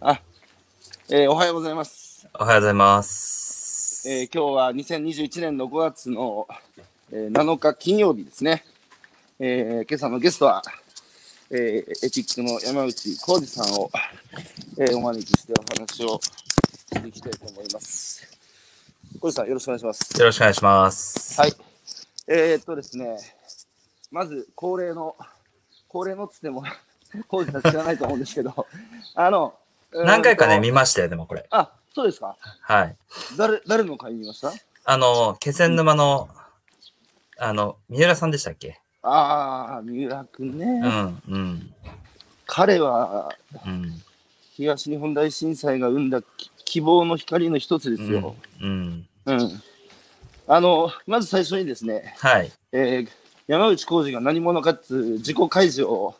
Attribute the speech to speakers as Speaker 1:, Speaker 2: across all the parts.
Speaker 1: あ、えーおはようございます。
Speaker 2: おはようございます。
Speaker 1: えー今日は2021年の5月の、えー7日金曜日ですね。えー今朝のゲストは、えーエピックの山内浩二さんを、えーお招きしてお話をしていきたいと思います。浩二さん、よろしくお願いします。
Speaker 2: よろしくお願いします。
Speaker 1: はい。えー、っとですね、まず恒例の、恒例のっつっても、 浩二さん知らないと思うんですけど、あの、
Speaker 2: 何回か
Speaker 1: うん
Speaker 2: ね、
Speaker 1: と
Speaker 2: 見ましたよ、でもこれ。
Speaker 1: あ、そうですか。
Speaker 2: はい。
Speaker 1: 誰、誰の会見見ました
Speaker 2: あの、気仙沼の、あの、三浦さんでしたっけ
Speaker 1: ああ、三浦君ね、
Speaker 2: うん、うん、
Speaker 1: 彼は
Speaker 2: うん、
Speaker 1: 東日本大震災が生んだき希望の光の一つで
Speaker 2: う
Speaker 1: す
Speaker 2: ん
Speaker 1: よ。、
Speaker 2: うん。
Speaker 1: うん。あの、まず最初にですね、
Speaker 2: はい。
Speaker 1: えー山内浩二が何者かっつう自己開示 を、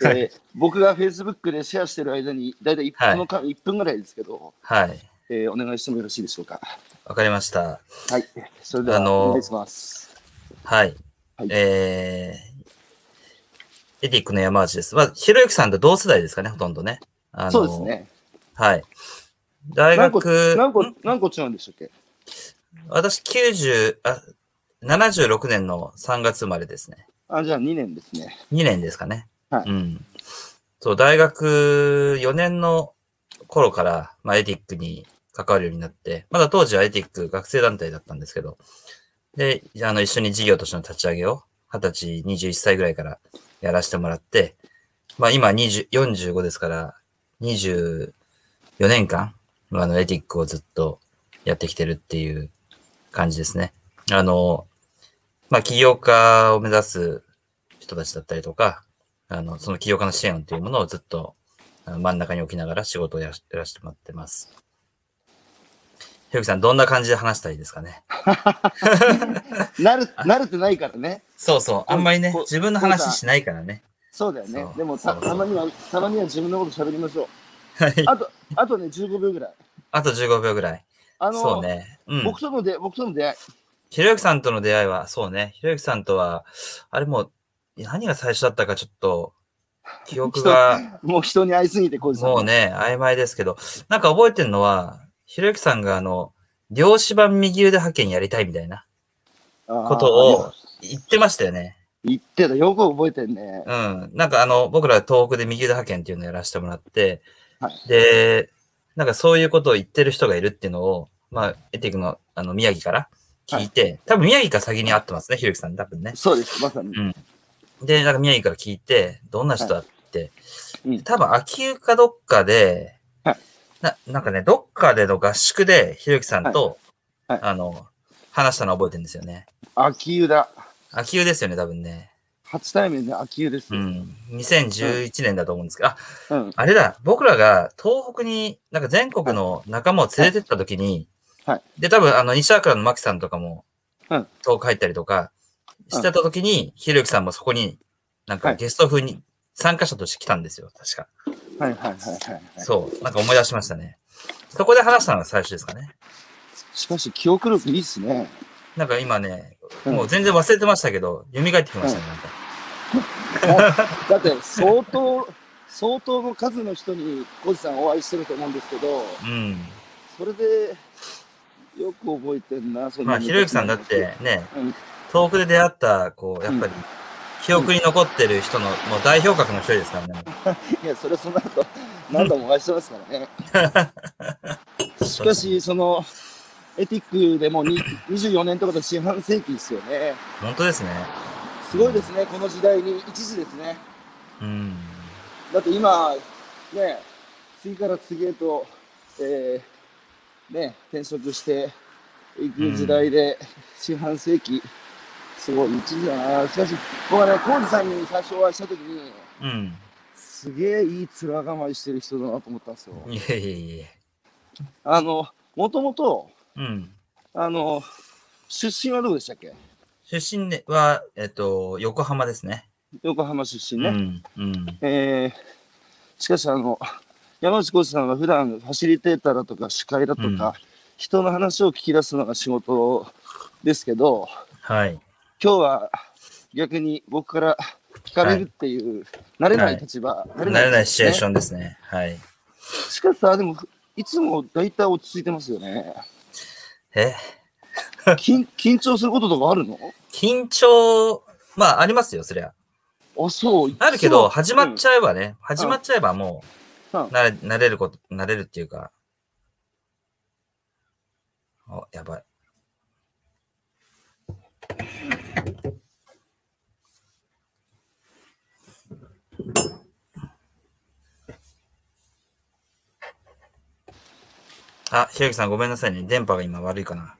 Speaker 2: は
Speaker 1: えー僕が Facebook でシェアしてる間に、だいたい
Speaker 2: は
Speaker 1: 1
Speaker 2: い
Speaker 1: 分,、か1分ぐらいですけど、
Speaker 2: はい。
Speaker 1: えーお願いしてもよろしいでしょうか。
Speaker 2: わかりました。
Speaker 1: はい。それでは、
Speaker 2: あのー
Speaker 1: お願いします。
Speaker 2: はい。
Speaker 1: はい
Speaker 2: えー、エディックの山内です。まあ、ひろゆきさんと同世代ですかね、ほとんどね。あの
Speaker 1: そうです。ね。
Speaker 2: はい。大
Speaker 1: 何個、
Speaker 2: 学、
Speaker 1: 何個、何個違うんでしたっけ
Speaker 2: 私90あ、76年の3月生まれですね。
Speaker 1: あ、じゃあ2年ですね。
Speaker 2: 2年ですかね。
Speaker 1: はい
Speaker 2: うん。そう、大学4年の頃から、まあ、エディックに関わるようになって、まだ当時はエディック学生団体だったんですけど、で、あの、一緒に事業としての立ち上げを、20歳、21歳ぐらいからやらせてもらって、まあ、今20 45ですから、24年間、あの、エディックをずっとやってきてるっていう感じですね。あの、まあ、起業家を目指す人たちだったりとか、あの、その起業家の支援というものをずっとあの真ん中に置きながら仕事をやらやらせてもらってます。ひろきさん、どんな感じで話したらいいですかね
Speaker 1: 慣れ、慣れてないからね。
Speaker 2: そうそう、あんまりね
Speaker 1: こ、
Speaker 2: 自分の話しないからね。
Speaker 1: そうだよね
Speaker 2: そ。う
Speaker 1: でもた
Speaker 2: そう
Speaker 1: たまには、たまには自分のこと喋りましょう。
Speaker 2: はい。
Speaker 1: あと、あとね、15秒ぐらい。
Speaker 2: あと15秒ぐらい。
Speaker 1: あの、
Speaker 2: そうね。うん。
Speaker 1: 僕とので僕との出会い。
Speaker 2: ひろゆきさんとの出会いは、そうね。ひろゆきさんとは、あれもう、何が最初だったかちょっと、記憶が
Speaker 1: もう人に会いすぎて、こう
Speaker 2: もう。ね、曖昧ですけど、なんか覚えてるのは、ひろゆきさんがあの、量子版右腕派遣やりたいみたいな、
Speaker 1: こ
Speaker 2: ことを。言ってましたよね。
Speaker 1: 言ってた。よく覚えてんね。
Speaker 2: うん。なんかあの、僕ら東北で右腕派遣っていうのをやらせてもらって、
Speaker 1: は
Speaker 2: で、なんかそういうことを言ってる人がいるっていうのを、まあ、エティックのあの宮城から聞いて、多分宮城から先に会ってますね、ひろゆきさん、多分ね。
Speaker 1: そうです、まさに。
Speaker 2: で、なんか宮城から聞いて、どんな人だって、
Speaker 1: はいうん
Speaker 2: 多分秋湯かどっかで、
Speaker 1: はい
Speaker 2: な、なんかね、どっかでの合宿で、ひろゆきさんと、
Speaker 1: はい
Speaker 2: あの、話したの覚えてるんですよね。
Speaker 1: 秋湯だ。
Speaker 2: 秋湯ですよね、多分ね。
Speaker 1: 初対面で秋湯です。
Speaker 2: う。ん。2011年だと思うんですけど、あ、
Speaker 1: うん。
Speaker 2: あれだ、僕らが東北に、なんか全国の仲間を連れてった時に、
Speaker 1: はい
Speaker 2: で、多分あの、西原の牧さんとかも、
Speaker 1: うん
Speaker 2: 遠く入ったりとか、してた時に、ひろゆきさんもそこに、なんか
Speaker 1: はい
Speaker 2: ゲスト風に参加者として来たんですよ、確か。
Speaker 1: はいはいはいはい。はい
Speaker 2: そう、なんか思い出しましたね。そこで話したのが最初ですかね。
Speaker 1: しかし、記憶力いいっすね。
Speaker 2: なんか今ね、
Speaker 1: うん
Speaker 2: もう全然忘れてましたけど、蘇ってきましたね、なんか。
Speaker 1: だって、相当、 相当の数の人に、コジさんお会いしてると思うんですけど、
Speaker 2: うん。
Speaker 1: それで、よく覚えてんな、そんな
Speaker 2: まあ、ひろゆきさんだっ。てね、
Speaker 1: うん
Speaker 2: 遠くで出会った、こう、やっぱり
Speaker 1: う、
Speaker 2: 記憶に残ってる人の、もう代表格の一人ですからね。
Speaker 1: いや、それはその後、 何度もお会いしてますからね。しかし、その、エティックでもに24年ってことは四半世紀ですよね。
Speaker 2: 本当ですね。
Speaker 1: すごいですね、この時代に。一時ですね。
Speaker 2: うん。
Speaker 1: だって今、ね、次から次へと、えーね、転職していく時代で、四半世紀、すごい一時だな。しかし、僕はね、コージさんに最初お会いしたときに、
Speaker 2: うん。
Speaker 1: すげえいい面構えしてる人だなと思ったんですよ。
Speaker 2: いえいえいえ。
Speaker 1: あの、もともと、
Speaker 2: うん。
Speaker 1: あの、出身はどこでしたっけ
Speaker 2: 出身は、えっと、横浜ですね。
Speaker 1: 横浜出身
Speaker 2: う
Speaker 1: ね。
Speaker 2: ん。うん。
Speaker 1: えーしかし、あの、山内浩二さんは普段ファシリテーターだとか司会だとか、
Speaker 2: うん
Speaker 1: 人の話を聞き出すのが仕事ですけど、
Speaker 2: はい。
Speaker 1: 今日は逆に僕から聞かれるっていう、慣れない立場、
Speaker 2: 慣れないシチュエーシ
Speaker 1: ョ
Speaker 2: ョンですね。はい。
Speaker 1: ン。しかしさ、でも、いつも大体落ち着いてますよ ね。
Speaker 2: え
Speaker 1: 緊緊張することとかあるの
Speaker 2: 緊張、まあありますよ、そりゃ。
Speaker 1: あ、そう。
Speaker 2: あるけ
Speaker 1: そ
Speaker 2: ど、
Speaker 1: う
Speaker 2: 始まっちゃえばね、
Speaker 1: ん
Speaker 2: 始まっちゃえばもう、
Speaker 1: うん
Speaker 2: 慣れ慣れること、慣れるっていうか。お、やばい。あ、ひろきさんごめんなさいね。電波が今悪いかな。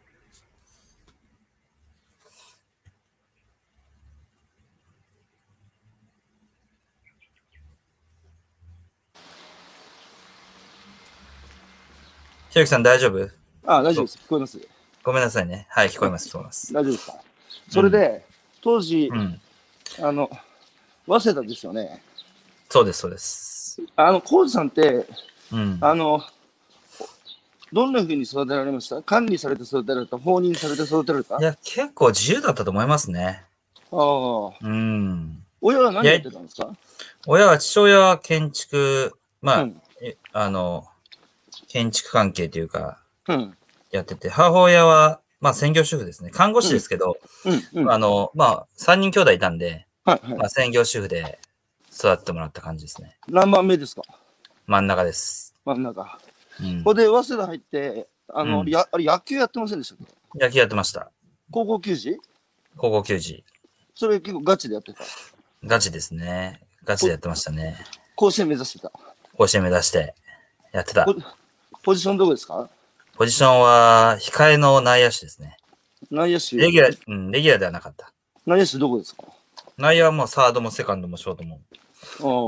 Speaker 2: ひろきさん大丈夫
Speaker 1: うんあ、大丈夫です。聞こえます。
Speaker 2: ごめんなさいね。はい、聞こえます、聞こえます。
Speaker 1: 大丈夫ですか。それで、当時
Speaker 2: う、ん。
Speaker 1: あの、早稲田ですよね。
Speaker 2: そうです、そうです。
Speaker 1: あの、浩二さんって、
Speaker 2: うん。
Speaker 1: あの、どんな風に育てられました管理されて育てられた放任されて育てられたあ
Speaker 2: いや、結構自由だったと思いますね。
Speaker 1: あ。
Speaker 2: うん。
Speaker 1: 親は何やってたんですか
Speaker 2: 親は、父親は建築、まあ、
Speaker 1: うん
Speaker 2: えあの、建築関係というか、
Speaker 1: うん。
Speaker 2: やってて、母親は、まあ、専業主婦ですね。看護師ですけど、
Speaker 1: うん。うん。は
Speaker 2: あの、まあ、3人兄弟いたんで、
Speaker 1: い
Speaker 2: ま
Speaker 1: は
Speaker 2: あ、専業主婦で育ってもらった感じですね。
Speaker 1: い。何番目ですか
Speaker 2: 真ん中です。
Speaker 1: 真ん中。
Speaker 2: うん
Speaker 1: こ。れで、早稲田入って、あの、
Speaker 2: うん
Speaker 1: やあれ野球やってませんでしたっけ
Speaker 2: 野球やってました。
Speaker 1: 高校球児
Speaker 2: 高校球児。
Speaker 1: それ結構ガチでやってた。
Speaker 2: ガチですね。ガチでやってましたね。
Speaker 1: 甲子園目指してた。
Speaker 2: 甲子園目指してやってた
Speaker 1: ポ。ポジションどこですか
Speaker 2: ポジションは、控えの内野手ですね。
Speaker 1: 内野手。
Speaker 2: レギュラー、うん、レギュラーではなかった。
Speaker 1: 内野手どこですか
Speaker 2: 内野はもうサードもセカンドもショートも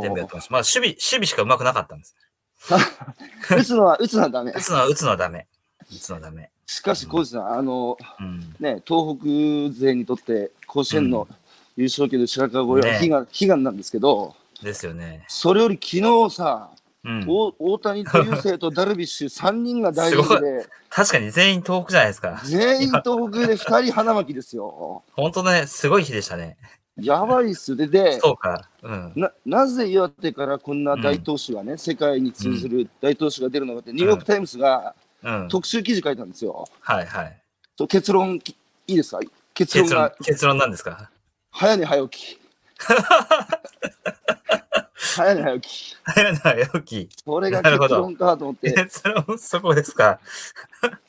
Speaker 2: 全部やっ
Speaker 1: あ
Speaker 2: てました。まあ、守備、守備しか上手くなかったんです。
Speaker 1: あ。打つのは、打つのはダメ
Speaker 2: 打。つのは、打つのはダメ。打つのはダメ。
Speaker 1: しかし、浩二さん、あの、
Speaker 2: うん。
Speaker 1: ね、東北勢にとって甲子園の優勝級の白川越えは
Speaker 2: ね
Speaker 1: 悲願,、悲願なんですけど、
Speaker 2: ですよね。
Speaker 1: それより昨日さ、
Speaker 2: うん。
Speaker 1: お大谷と雄星とダルビッ シュ3人が大リーグで、
Speaker 2: 確かに全員東北じゃないですか。
Speaker 1: 全員東北で2人花巻ですよ。
Speaker 2: 本当ね、すごい日でしたね。
Speaker 1: やばいっすよ。で、で
Speaker 2: そうか。うん。
Speaker 1: ななぜ岩手からこんな大投手がね、世界に通ずる大投手が出るのかって、ニューヨーク・タイムズが
Speaker 2: うん。
Speaker 1: 特集記事書いたんですよ。
Speaker 2: はいはい。
Speaker 1: と結論き、いいですか結論
Speaker 2: 結論
Speaker 1: が、
Speaker 2: 結論なんですか
Speaker 1: 早寝早起き。早寝早起き。
Speaker 2: 早な良き。
Speaker 1: それが
Speaker 2: なるほ
Speaker 1: 結
Speaker 2: ど
Speaker 1: 論かと思って、
Speaker 2: 結論、そこですか。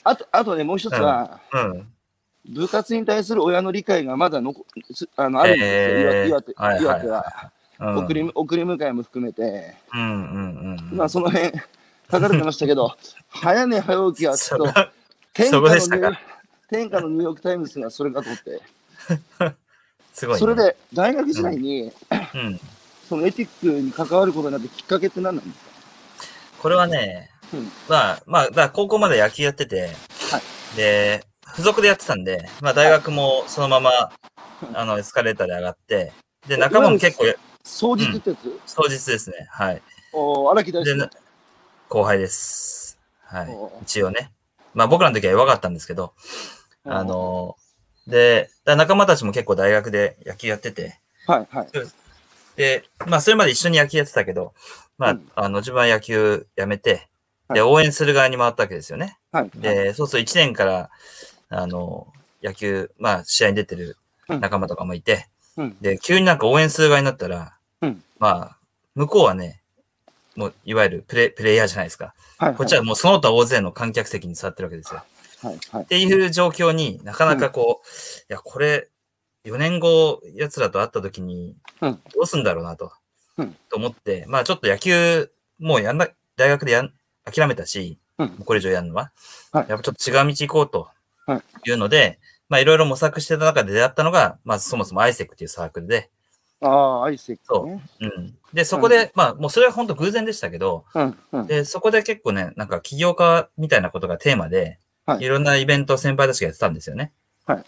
Speaker 1: あとあとね、もう一つは、
Speaker 2: うん。
Speaker 1: 部活に対する親の理解がまだのこすあのあるんですよ、
Speaker 2: えー
Speaker 1: 岩手
Speaker 2: はいはい
Speaker 1: 岩手は、
Speaker 2: うん。
Speaker 1: 送り。送り迎えも含めて、
Speaker 2: うんうんうん。
Speaker 1: まあその辺、書かれてましたけど、 早寝早起きはちょっと
Speaker 2: そこ
Speaker 1: 天下
Speaker 2: そ
Speaker 1: の
Speaker 2: こ
Speaker 1: ニュ
Speaker 2: でしたか
Speaker 1: ー天下のニューヨーク・タイムズがそれかと思って、
Speaker 2: すごい、ね。
Speaker 1: それ、で大学時代に、
Speaker 2: うん。
Speaker 1: そのエティックに関わることになってきっかけって何なんですか
Speaker 2: これはね、
Speaker 1: うん
Speaker 2: まあ、まあ、だから高校まで野球やってて、で、付属でやってたんで、まあ大学もそのまま、あの、エスカレーターで上がって、で、仲間も結構、
Speaker 1: 双日ってやつ、
Speaker 2: 当日ですね。はい。
Speaker 1: おー荒木大
Speaker 2: で、
Speaker 1: 輔
Speaker 2: な後輩です。は
Speaker 1: お
Speaker 2: い。一応ね。まあ僕らの時は弱かったんですけど、あ、の、で、だから仲間たちも結構大学で野球やってて、
Speaker 1: はいはい。
Speaker 2: で、まあ、それまで一緒に野球やってたけど、まあ、
Speaker 1: うん
Speaker 2: あの、自分は野球やめて、で、
Speaker 1: は
Speaker 2: 応援する側に回ったわけですよね。
Speaker 1: はい、
Speaker 2: で、そうすると1年から、あの、野球、まあ、試合に出てる仲間とかもいて、
Speaker 1: うん
Speaker 2: で、急になんか応援する側になったら、
Speaker 1: うん
Speaker 2: まあ、向こうはね、もう、いわゆるプレプレイヤーじゃないですか。
Speaker 1: はい、
Speaker 2: こっちはもうその他大勢の観客席に座ってるわけですよ。
Speaker 1: はいはい
Speaker 2: っ、ていう状況になかなかこう、いや、これ、4年後、奴らと会った時に、
Speaker 1: うん
Speaker 2: どうすんだろうなと、
Speaker 1: うん
Speaker 2: と思って、まあちょっと野球、もうやんな、大学でやん、諦めたし、
Speaker 1: うん
Speaker 2: もうこれ以上やるのは、
Speaker 1: はい
Speaker 2: やっぱちょっと違う道行こうと、、
Speaker 1: はい
Speaker 2: うので、まあいろいろ模索してた中で出会ったのが、まずそもそもアイセックっていうサークルで、
Speaker 1: ああ、アイセックね。
Speaker 2: うん。で、そこで、まあもうそれは本当偶然でしたけど、
Speaker 1: うんうん
Speaker 2: で、そこで結構ね、なんか起業家みたいなことがテーマで、
Speaker 1: はい
Speaker 2: い、ろんなイベントを先輩たちがやってたんですよね。
Speaker 1: はい。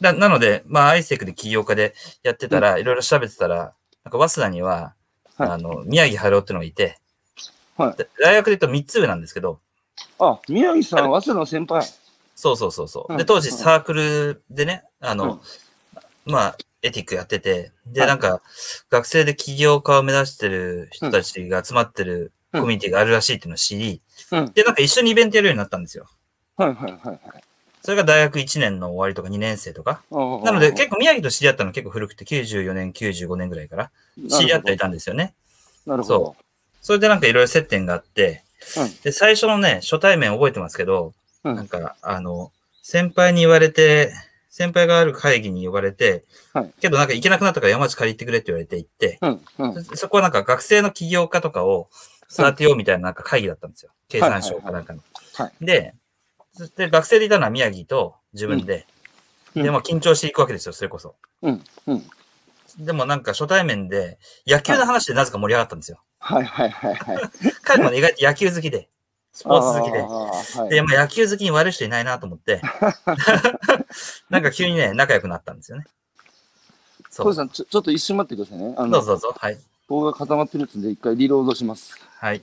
Speaker 2: ななので、まあ、アイセクで起業家でやってたら、いろいろ調べてたら、なんか、早稲田には、
Speaker 1: はい
Speaker 2: あの、宮城春夫っていうのがいて、
Speaker 1: はい
Speaker 2: で大学で言うと3つ上なんですけど、
Speaker 1: あ、宮城さん、早稲田の先輩。
Speaker 2: そうそうそうそう。
Speaker 1: はい
Speaker 2: で、当時
Speaker 1: はい
Speaker 2: サークルでね、あの、まあ、エティックやってて、
Speaker 1: は
Speaker 2: で、
Speaker 1: い
Speaker 2: なんか、学生で起業家を目指してる人たちが集まってる
Speaker 1: うん
Speaker 2: コミュニティがあるらしいっていうのを知り
Speaker 1: うん、
Speaker 2: で、なんか一緒にイベントやるようになったんですよ。
Speaker 1: はいはいはいはい。
Speaker 2: それが大学1年の終わりとか2年生とか。な
Speaker 1: な
Speaker 2: ので、結構宮城と知り合ったの結構古くて、94年、95年ぐらいから知り合っていたんですよね。
Speaker 1: なるほど。
Speaker 2: それでなんかいろいろ接点があって、
Speaker 1: うん
Speaker 2: で、最初のね、初対面覚えてますけど、
Speaker 1: うん
Speaker 2: なんか、あの、先輩に言われて、先輩がある会議に呼ばれて、
Speaker 1: はい
Speaker 2: けどなんか行けなくなったから山内借りてくれって言われて行って、
Speaker 1: うん、うん。
Speaker 2: そそこはなんか学生の起業家とかを育てようみたいななんか会議だったんですよ。経産省かなんかの。
Speaker 1: はいはい
Speaker 2: で、そして学生でいたのは宮城と自分で、
Speaker 1: うん
Speaker 2: でも緊張していくわけですよ、それこそ。
Speaker 1: うん、うん。
Speaker 2: でもなんか初対面で野球の話でなぜか盛り上がったんですよ。
Speaker 1: はいはいはいはい。
Speaker 2: 彼もね意外と野球好きで、スポーツ好きで、
Speaker 1: 好
Speaker 2: で、まあ、野球好きに悪い人いないなと 思って、なんか急にね、仲良くなったんですよね。そ
Speaker 1: コ
Speaker 2: う。
Speaker 1: ウジさん、ちょちょっと一瞬待ってくださいね。あ
Speaker 2: どう
Speaker 1: の、
Speaker 2: ぞどうぞ。はい。
Speaker 1: 棒が固まってるやつで一回リロードします。
Speaker 2: はい。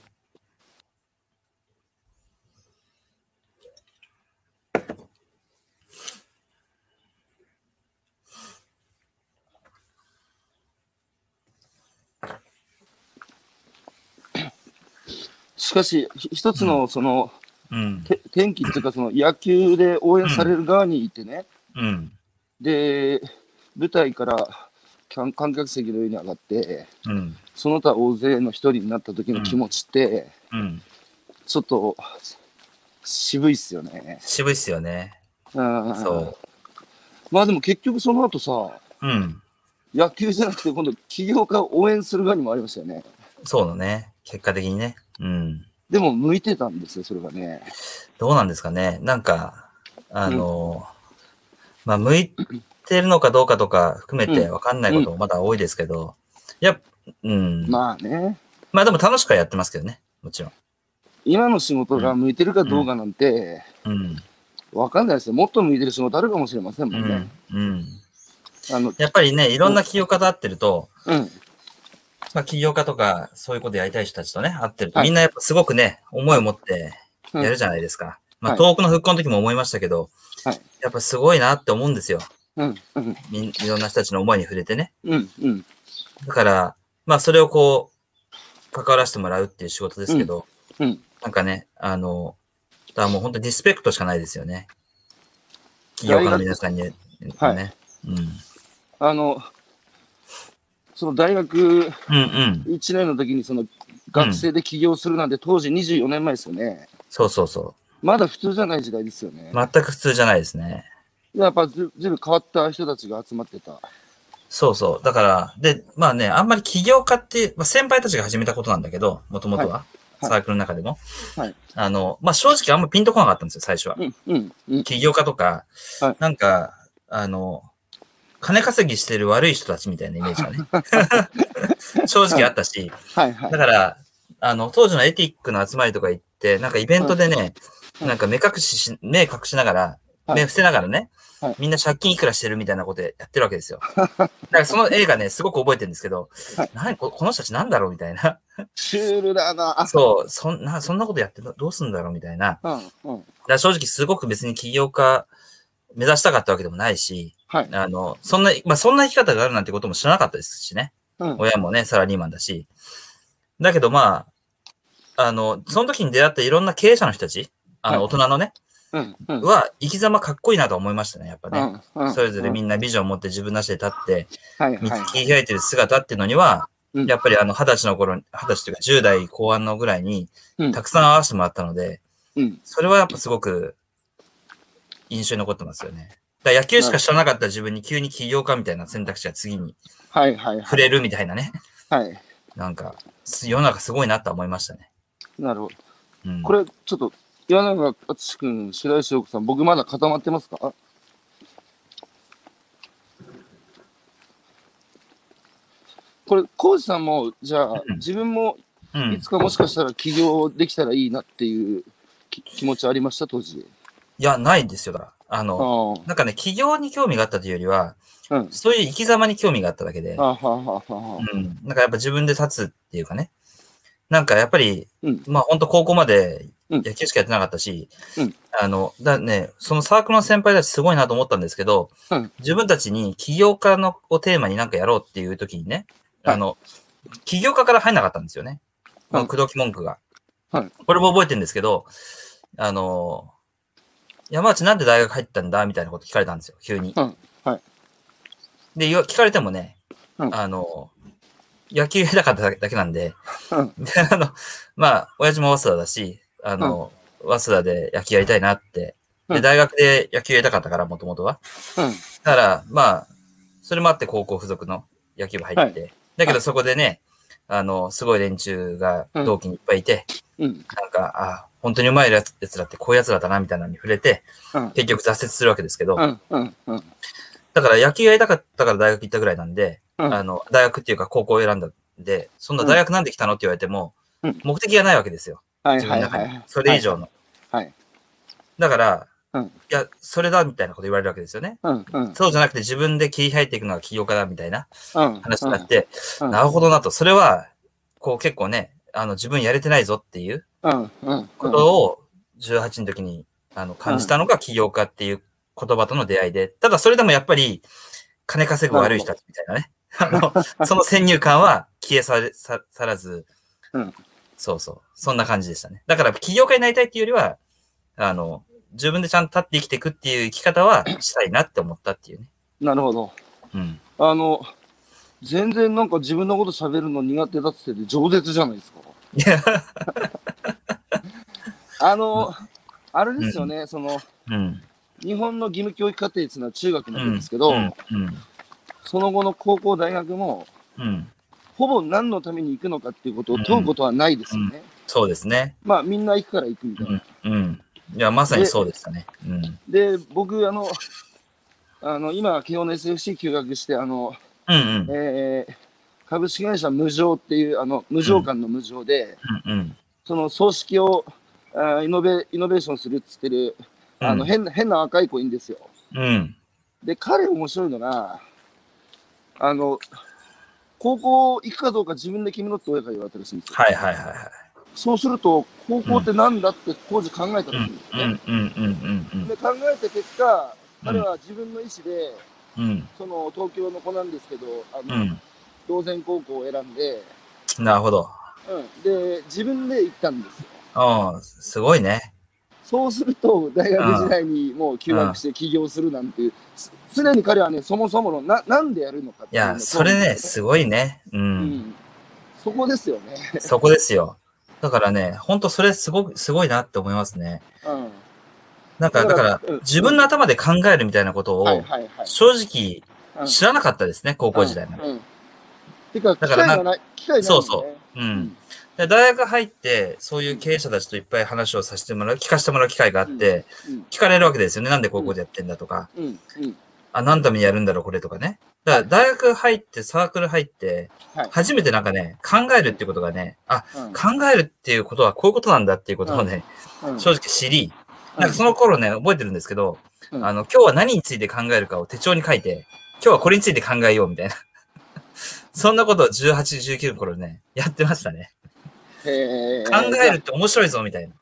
Speaker 1: しかし、ひ一つの、その、
Speaker 2: うん。
Speaker 1: て天気っていうか、その野球で応援される側にいてね、
Speaker 2: うん。
Speaker 1: で、舞台から観観客席の上に上がって、
Speaker 2: うん。
Speaker 1: その他大勢の一人になった時の気持ちって、
Speaker 2: うん。
Speaker 1: ちょっと渋いっすよね。
Speaker 2: 渋いっすよね。
Speaker 1: うん
Speaker 2: そ
Speaker 1: まあでも結局その後さ、
Speaker 2: う。うん。
Speaker 1: 野球じゃなくて今度起業家を応援する側にもありましたよね。
Speaker 2: そうだね。結果的にね。うん。
Speaker 1: でも向いてたんですよ、それがね。
Speaker 2: どうなんですかね。なんか、あの、まあ、向いてるのかどうかとか含めてわかんないこともまだ多いですけど、やっうん。
Speaker 1: ま
Speaker 2: ま
Speaker 1: あね、
Speaker 2: あ、でも楽しくはやってますけどね。もちろん。
Speaker 1: 今の仕事が向いてるかどうかなんて
Speaker 2: うん。
Speaker 1: わかんないですよ。もっと向いてる仕事あるかもしれません
Speaker 2: う
Speaker 1: もんね
Speaker 2: ん。。うん。
Speaker 1: あの、
Speaker 2: やっぱりね、いろんな起業家と会ってると、
Speaker 1: うん、
Speaker 2: まあ、起業家とか、そういうことやりたい人たちとね、会ってると、
Speaker 1: はい
Speaker 2: みんなやっぱすごくね、思いを持って
Speaker 1: うん
Speaker 2: やるじゃないですか。ま
Speaker 1: は
Speaker 2: あ、
Speaker 1: い
Speaker 2: 東北の復興の時も思いましたけど、
Speaker 1: はい
Speaker 2: やっぱすごいなって思うんですよ。
Speaker 1: うん、うん、
Speaker 2: みんいろんな人たちの思いに触れてね。
Speaker 1: うん、うん、
Speaker 2: だから、まあ、それをこう、関わらせてもらうっていう仕事ですけど、
Speaker 1: うん。
Speaker 2: なんかね、あの、だからもう本当にリスペクトしかないですよね。起業
Speaker 1: 大学
Speaker 2: 家の皆さんに、ね。
Speaker 1: はい
Speaker 2: うん。
Speaker 1: あの、その大学
Speaker 2: うんうん。
Speaker 1: 1年の時にその学生で起業するなんて当時24年前ですよね。
Speaker 2: そうそうそ
Speaker 1: まだ普通じゃない時代ですよね
Speaker 2: う。。全く普通じゃないですね。
Speaker 1: やっぱずずいぶん変わった人たちが集まってた。
Speaker 2: そうそう。だから、で、まあね、あんまり起業家って、まあ、先輩たちが始めたことなんだけど、もともと
Speaker 1: い
Speaker 2: は、
Speaker 1: はい
Speaker 2: サークルの中でも。
Speaker 1: はい
Speaker 2: あの、まあ正直あんまピンとこなかったんですよ、最初は。
Speaker 1: うん、うん、うん。
Speaker 2: 起業家とか、
Speaker 1: はい
Speaker 2: なんか、あの、金稼ぎしてる悪い人たちみたいなイメージが ね、正直あったし、
Speaker 1: はいはい
Speaker 2: だ。から、あの、当時のエティックの集まりとか行って、なんかイベントでね、
Speaker 1: うん
Speaker 2: なんか目隠しし、目隠しながら、
Speaker 1: はい
Speaker 2: 目伏せながらね、
Speaker 1: はい
Speaker 2: みんな借金いくらしてるみたいなことやってるわけ ですよ。だからその映画ね、すごく覚えてるんですけど、
Speaker 1: はい
Speaker 2: 何ここの人たちなんだろうみたいな。
Speaker 1: シュールだな。あ
Speaker 2: そう、そんな、そんなことやってどどうすんだろうみたいな。だか
Speaker 1: うん、うん。
Speaker 2: ら正直すごく別に起業家目指したかったわけでもないし、
Speaker 1: はい。
Speaker 2: あの、そんな、まあそんな生き方があるなんてことも知らなかったですしね。
Speaker 1: うん、
Speaker 2: 親もね、サラリーマンだし。だけどまあ、あの、その時に出会ったいろんな経営者の人たち、あの、
Speaker 1: は
Speaker 2: 大人のね、
Speaker 1: うん、うん。
Speaker 2: は、生き様かっこいいなと思いましたね、やっぱね。
Speaker 1: うん
Speaker 2: それぞれみんなビジョンを持って自分なしで立って、
Speaker 1: はい
Speaker 2: 道
Speaker 1: はい。
Speaker 2: 切り開いてる姿っていうのには、
Speaker 1: うん
Speaker 2: やっぱりあの、二十歳の頃に、二十歳というか10代後半のぐらいに
Speaker 1: うん、
Speaker 2: たくさん会わせてもらったので、
Speaker 1: うん、
Speaker 2: それはやっぱすごく印象に残ってますよね。だから野球しか知らなかった自分に急に起業家みたいな選択肢が次に
Speaker 1: はいはいは
Speaker 2: 触
Speaker 1: い。
Speaker 2: れるみたいなね。
Speaker 1: はい。
Speaker 2: なんか、す世の中すごいなとは思いましたね。
Speaker 1: なるほど。
Speaker 2: うん、
Speaker 1: これ、ちょっと、岩永敦君、白石陽子さん、僕まだ固まってますかこれ、浩二さんも、じゃあ
Speaker 2: う、ん
Speaker 1: 自分も
Speaker 2: う
Speaker 1: い
Speaker 2: ん
Speaker 1: つ、かもしかしたら起業できたらいいなっていうき気持ちありました、当時。
Speaker 2: いや、ないんですよ、だから。あ
Speaker 1: あ
Speaker 2: の、
Speaker 1: あ、
Speaker 2: なんかね、企業に興味があったというよりは、
Speaker 1: うん。
Speaker 2: そういう生き様に興味があっただけで
Speaker 1: あ、はははは
Speaker 2: うん、なんかやっぱ自分で立つっていうかね、なんかやっぱり、
Speaker 1: うん
Speaker 2: まあ本当高校まで
Speaker 1: うん
Speaker 2: 野球しかやってなかったし、
Speaker 1: うん
Speaker 2: あの、だね、そのサークルの先輩たちすごいなと思ったんですけど、
Speaker 1: うん
Speaker 2: 自分たちに起業家のをテーマになんかやろうっていう時にね、あの、起業家から入んなかったんですよね。こ
Speaker 1: う
Speaker 2: の
Speaker 1: ん
Speaker 2: 口説き文句が。
Speaker 1: はい
Speaker 2: これも覚えてるんですけど、あの、山内なんで大学入ったんだみたいなこと聞かれたんですよ、急に。
Speaker 1: うんはい
Speaker 2: で、言わ聞かれてもね、
Speaker 1: うん
Speaker 2: あの、野球やりたかっただけだけなんで、
Speaker 1: うん
Speaker 2: であの、まあ、親父も早稲田だし、あの、早稲田で野球やりたいなって、
Speaker 1: う
Speaker 2: で、
Speaker 1: ん
Speaker 2: 大学で野球やりたかったから、もともとは。
Speaker 1: うん。
Speaker 2: だから、まあ、それもあって高校附属の野球部入って、だけ
Speaker 1: は
Speaker 2: どそこでね、あの、すごい連中が
Speaker 1: うん
Speaker 2: 同期にいっぱいいて、
Speaker 1: うん。
Speaker 2: なんか、あ本当にうまいやつやつらってこういうやつらだな、みたいなのに触れて、
Speaker 1: うん
Speaker 2: 結局挫折するわけですけど、
Speaker 1: うん。うん。うん。
Speaker 2: だから野球やりたかったから大学行ったぐらいなんで、
Speaker 1: うん
Speaker 2: あの、大学っていうか高校を選んだんで、そんな大学なんで来たのって言われても、
Speaker 1: うん
Speaker 2: 目的がないわけですよ。
Speaker 1: はい
Speaker 2: 自
Speaker 1: は
Speaker 2: 分
Speaker 1: い
Speaker 2: の中
Speaker 1: は
Speaker 2: に
Speaker 1: い。
Speaker 2: それ以上の。
Speaker 1: はい。はい。
Speaker 2: だから、
Speaker 1: うん
Speaker 2: いや、それだみたいなこと言われるわけですよね。
Speaker 1: うん。うん。
Speaker 2: そうじゃなくて自分で切り開いていくのが起業家だみたいな
Speaker 1: うん。
Speaker 2: 話になって、
Speaker 1: うん
Speaker 2: なるほどなと。それは、こう結構ね、あの自分やれてないぞっていう
Speaker 1: うん。うん。
Speaker 2: ことを18の時にあの感じたのが起業家っていう言葉との出会いで、ただそれでもやっぱり金稼ぐ悪い人たちみたいなね、あ のその先入観は消えされささらず、
Speaker 1: うん
Speaker 2: そうそう、そんな感じでしたね。だから起業家になりたいっていうよりは、あの、自分でちゃんと立って生きていくっていう生き方はしたいなって思ったっていうね。
Speaker 1: なるほど。
Speaker 2: うん。
Speaker 1: あの、全然なんか自分のこと喋るの苦手だっつってて、饒舌じゃないですか。
Speaker 2: いや
Speaker 1: あの、あれですよね、その、
Speaker 2: うん。
Speaker 1: 日本の義務教育課程っていうのは中学なんですけど、
Speaker 2: うん。うん。
Speaker 1: その後の高校、大学も、
Speaker 2: うん。
Speaker 1: ほぼ何のために行くのかっていうことを問うことはないですよね。
Speaker 2: そうですね。
Speaker 1: まあ、みんな行くから行くみたいな。
Speaker 2: うん。いや、まさにそうでしたね。うん。
Speaker 1: で、僕、あの、あの今、慶応の SFC 休学して、あの、
Speaker 2: うんうん。
Speaker 1: えー株式会社無常っていう、あの、無常館の無常で、
Speaker 2: うんうん。
Speaker 1: その葬式をあーイノベイノベーションするっつってる、あの、変な、変な若い子いいんですよ。
Speaker 2: うん。
Speaker 1: で、彼面白いのが、あの、高校行くかどうか自分で決めろって親から言われたらしいんですよ。
Speaker 2: はいはいはいは
Speaker 1: そうすると、高校ってなんだって当時考えたらしいんです
Speaker 2: い。
Speaker 1: ね。
Speaker 2: うんうんうんうん
Speaker 1: で、考えた結果、彼は自分の意思で、
Speaker 2: うん。
Speaker 1: その東京の子なんですけど、あ
Speaker 2: う
Speaker 1: の、
Speaker 2: ん。
Speaker 1: 同然高校を選んで、
Speaker 2: うん。なるほど。
Speaker 1: うん、で、自分で行ったんですよ。
Speaker 2: うん。すごいね。
Speaker 1: そうすると、大学時代にもう休学して起業するなんていう、つ常に彼はね、そもそものな、なんでやるのかって
Speaker 2: い
Speaker 1: いうの
Speaker 2: や、それね、すごいね。う。
Speaker 1: うんん。そこですよね。
Speaker 2: そこですよ。だからね、ほんとそれすごく、すごいなって思いますね。
Speaker 1: うん。
Speaker 2: なんか、だから、
Speaker 1: うん
Speaker 2: 自分の頭で考えるみたいなこと
Speaker 1: はい
Speaker 2: を、
Speaker 1: はいはい。
Speaker 2: 正
Speaker 1: うん
Speaker 2: 直、知らなかったですね、高校時代まで。
Speaker 1: うん。てか、機
Speaker 2: だ
Speaker 1: 会
Speaker 2: からな
Speaker 1: がない、機会ない、ね。。
Speaker 2: そうそううん。で大学入って、そういう経営者たちといっぱい話をさせてもらう、聞かせてもらう機会があって、
Speaker 1: うん。
Speaker 2: 聞かれるわけですよね。なんで高校でやってんだとか、
Speaker 1: うん。うん。
Speaker 2: あ、何のためにやるんだろう、これとかね。だから大学入って、サークル入って
Speaker 1: はい、
Speaker 2: 初めてなんかね、考えるっていうことがね、あ、
Speaker 1: うん。
Speaker 2: 考えるっていうことはこういうことなんだっていうことをね、
Speaker 1: うん
Speaker 2: 正直知り、なんかその頃ね、覚えてるんですけど、
Speaker 1: うん
Speaker 2: あの、今日は何について考えるかを手帳に書いて、今日はこれについて考えようみたいな。そんなことを18、19の頃ね、やってましたね。
Speaker 1: へー
Speaker 2: 考えるって面白いぞみたいな。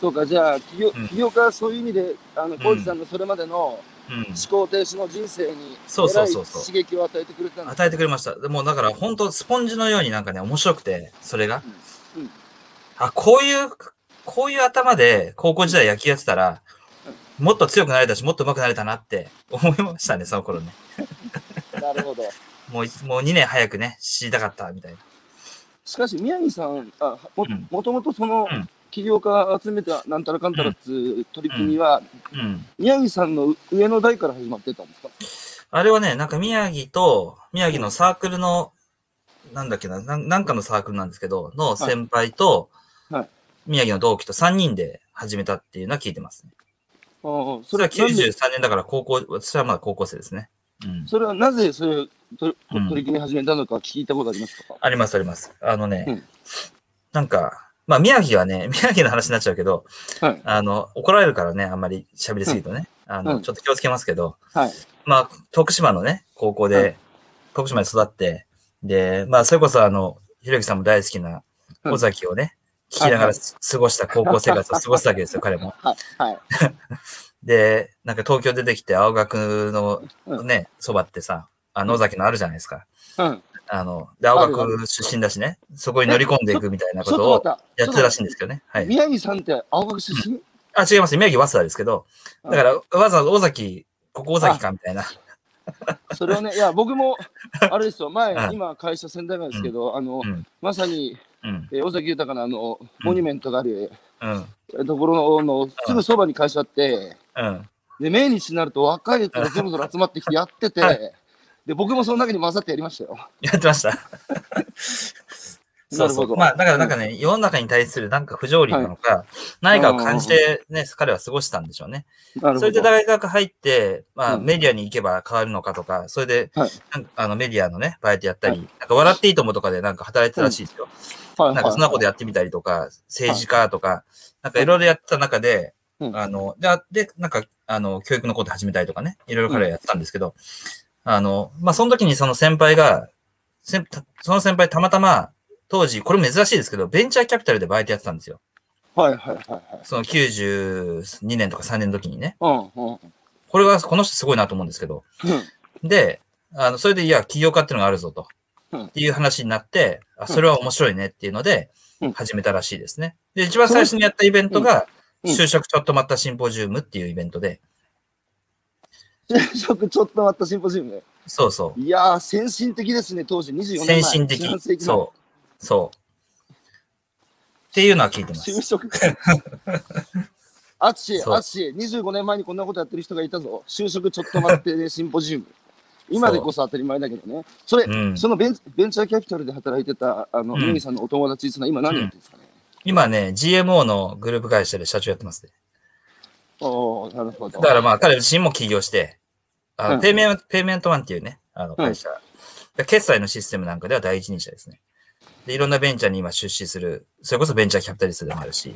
Speaker 1: そうか、じゃあ、企業、
Speaker 2: ん
Speaker 1: 企業家はそういう意味で、あの、
Speaker 2: ん
Speaker 1: コーさんのそれまでの思
Speaker 2: うん。
Speaker 1: 考停止の人生に、
Speaker 2: そうそうそうそう
Speaker 1: 刺激を与えてくれたんです
Speaker 2: 与えてくれました。でもうだから本当スポンジのようになんかね、面白くて、それが。
Speaker 1: うんうん
Speaker 2: あ、こういう、こういう頭で高校時代野球やってたら、もっと強くなれたし、もっと上手くなれたなって思いましたね、その頃ね。
Speaker 1: なるほど。
Speaker 2: もうい、もう2年早くね、知りたかった、みたいな。
Speaker 1: しかし宮城さん、あも
Speaker 2: うん
Speaker 1: もともとその
Speaker 2: うん
Speaker 1: 起業家集めたなんたらかんたらっつう取り組みは、
Speaker 2: うん。
Speaker 1: 宮城さんの上の代から始まってたんですか
Speaker 2: あれはね、なんか宮城と、宮城のサークルの、なんだっけな、なんなんかのサークルなんですけど、の先輩と、
Speaker 1: はいはい
Speaker 2: 宮城の同期と3人で始めたっていうのは聞いてますね。
Speaker 1: ああ
Speaker 2: それ
Speaker 1: なん
Speaker 2: は
Speaker 1: で
Speaker 2: 93年だから高校、私はまだ高校生ですね。うん。
Speaker 1: それはなぜそれをと
Speaker 2: う
Speaker 1: 取
Speaker 2: ん
Speaker 1: り組み始めたのか聞いたことありますか、
Speaker 2: ありますあります。あのね、
Speaker 1: うん
Speaker 2: なんか、まあ宮城はね、 宮城の話になっちゃうけど、
Speaker 1: はい
Speaker 2: あの、怒られるからね、あんまり喋りすぎるとね、あの、
Speaker 1: うん
Speaker 2: ちょっと気をつけますけど、
Speaker 1: はい。
Speaker 2: まあ、徳島のね、高校で、
Speaker 1: はい
Speaker 2: 徳島で育って、で、まあ、それこそあの、ひろゆきさんも大好きな
Speaker 1: うん
Speaker 2: 尾崎をね、聞きなが
Speaker 1: は
Speaker 2: ら
Speaker 1: い
Speaker 2: 過ごした高校生活を過ごすわけですよ、彼も。
Speaker 1: はい、はい。
Speaker 2: で、なんか東京出てきて青学のね、そばってさ、あ野崎のあるじゃないですか。
Speaker 1: うん。
Speaker 2: あの、で、青
Speaker 1: ある
Speaker 2: 学出身だしね、そこに乗り込んでいくみたいな
Speaker 1: ちょ
Speaker 2: こ
Speaker 1: っ
Speaker 2: と
Speaker 1: と
Speaker 2: を
Speaker 1: 待った。
Speaker 2: やってたらしいん
Speaker 1: ちょっと待っ
Speaker 2: ですけどね。は
Speaker 1: た
Speaker 2: い。
Speaker 1: 宮城さんって青学出身
Speaker 2: あ、違います。宮城早稲田ですけど、だから、わざわざ尾崎、ここ尾崎かみたいな。
Speaker 1: それは ね、いや、僕も、あれですよ、前
Speaker 2: う、ん
Speaker 1: 今、会社仙台前ですけど、あの
Speaker 2: うん、
Speaker 1: まさに、
Speaker 2: うん。
Speaker 1: えー尾崎豊のあの、モニュメントがある
Speaker 2: うん。
Speaker 1: ところの、のすぐそばに会社あって、
Speaker 2: うん。
Speaker 1: で、命日になると若いやつがそろそろ集まってきてやってて
Speaker 2: は、
Speaker 1: で、僕もその中に混ざってやりましたよ。
Speaker 2: やって ました。そう
Speaker 1: な
Speaker 2: そ
Speaker 1: るほど
Speaker 2: う。まあ、だからなんかね、世の中に対するなんか不条理なのか、何かを感じてね、彼は過ごしたんでしょうね。
Speaker 1: なるほ
Speaker 2: それで
Speaker 1: ど。
Speaker 2: 大学入って、まあ、
Speaker 1: うん
Speaker 2: メディアに行けば変わるのかとか、それで、
Speaker 1: はい
Speaker 2: なんかあのメディアのね、バイトやったり、なんか笑っていいともとかでなんか働いてたらしいですよ。
Speaker 1: はい
Speaker 2: なんかそんなこと
Speaker 1: や
Speaker 2: やってみたりとか、政治家とか、なんかいろいろやってた中で、
Speaker 1: うん
Speaker 2: あの、で、あでなんか、あの、教育のこと始めたりとかね、いろいろ彼はやってたんですけど、あの、まあ、その時にその先輩が、先その先輩たまたま、当時、これ珍しいですけど、ベンチャーキャピタルでバイトやってたんですよ。
Speaker 1: はいはいはいはい。
Speaker 2: その92年とか3年の時にね。
Speaker 1: うんうん。
Speaker 2: これは、この人すごいなと思うんですけど、で、あの、それで、いや、起業家っていうのがあるぞと。
Speaker 1: うん
Speaker 2: っていう話になって、あ、それは面白いねっていうので
Speaker 1: うん、
Speaker 2: 始めたらしいですね。で、一番最初にやったイベントが、
Speaker 1: うんうん
Speaker 2: 就職ちょっと待ったシンポジウムっていうイベントで、
Speaker 1: 昼食ちょっと待ったシンポジウム。
Speaker 2: そうそ
Speaker 1: いやー、先進的ですね、当時24年前。
Speaker 2: う。先進的
Speaker 1: 四半世。紀前
Speaker 2: そう。そう。っていうのは聞いてま
Speaker 1: 就
Speaker 2: す。
Speaker 1: 職か。アツシ、
Speaker 2: そう
Speaker 1: アツシ、25年前にこんなことやってる人がいたぞ。就職ちょっと待ってね、シンポジウム。今でこそ当たり前だけどね。それ、
Speaker 2: うん
Speaker 1: そのベンベンチャーキャピタルで働いてた、あの、
Speaker 2: うん
Speaker 1: ミニさんのお友達っていうのは今何やってるんですかね。
Speaker 2: 今ね、GMO のグループ会社で社長やってますね。
Speaker 1: おおなるほど。
Speaker 2: だからまあ、彼自身も起業して、あ
Speaker 1: うん
Speaker 2: ペイメント、ペイメントワンっていうね、あの会社、で決済のシステムなんかでは第一人者ですね。で、いろんなベンチャーに今出資する、それこそベンチャーキャピタリストでもあるし、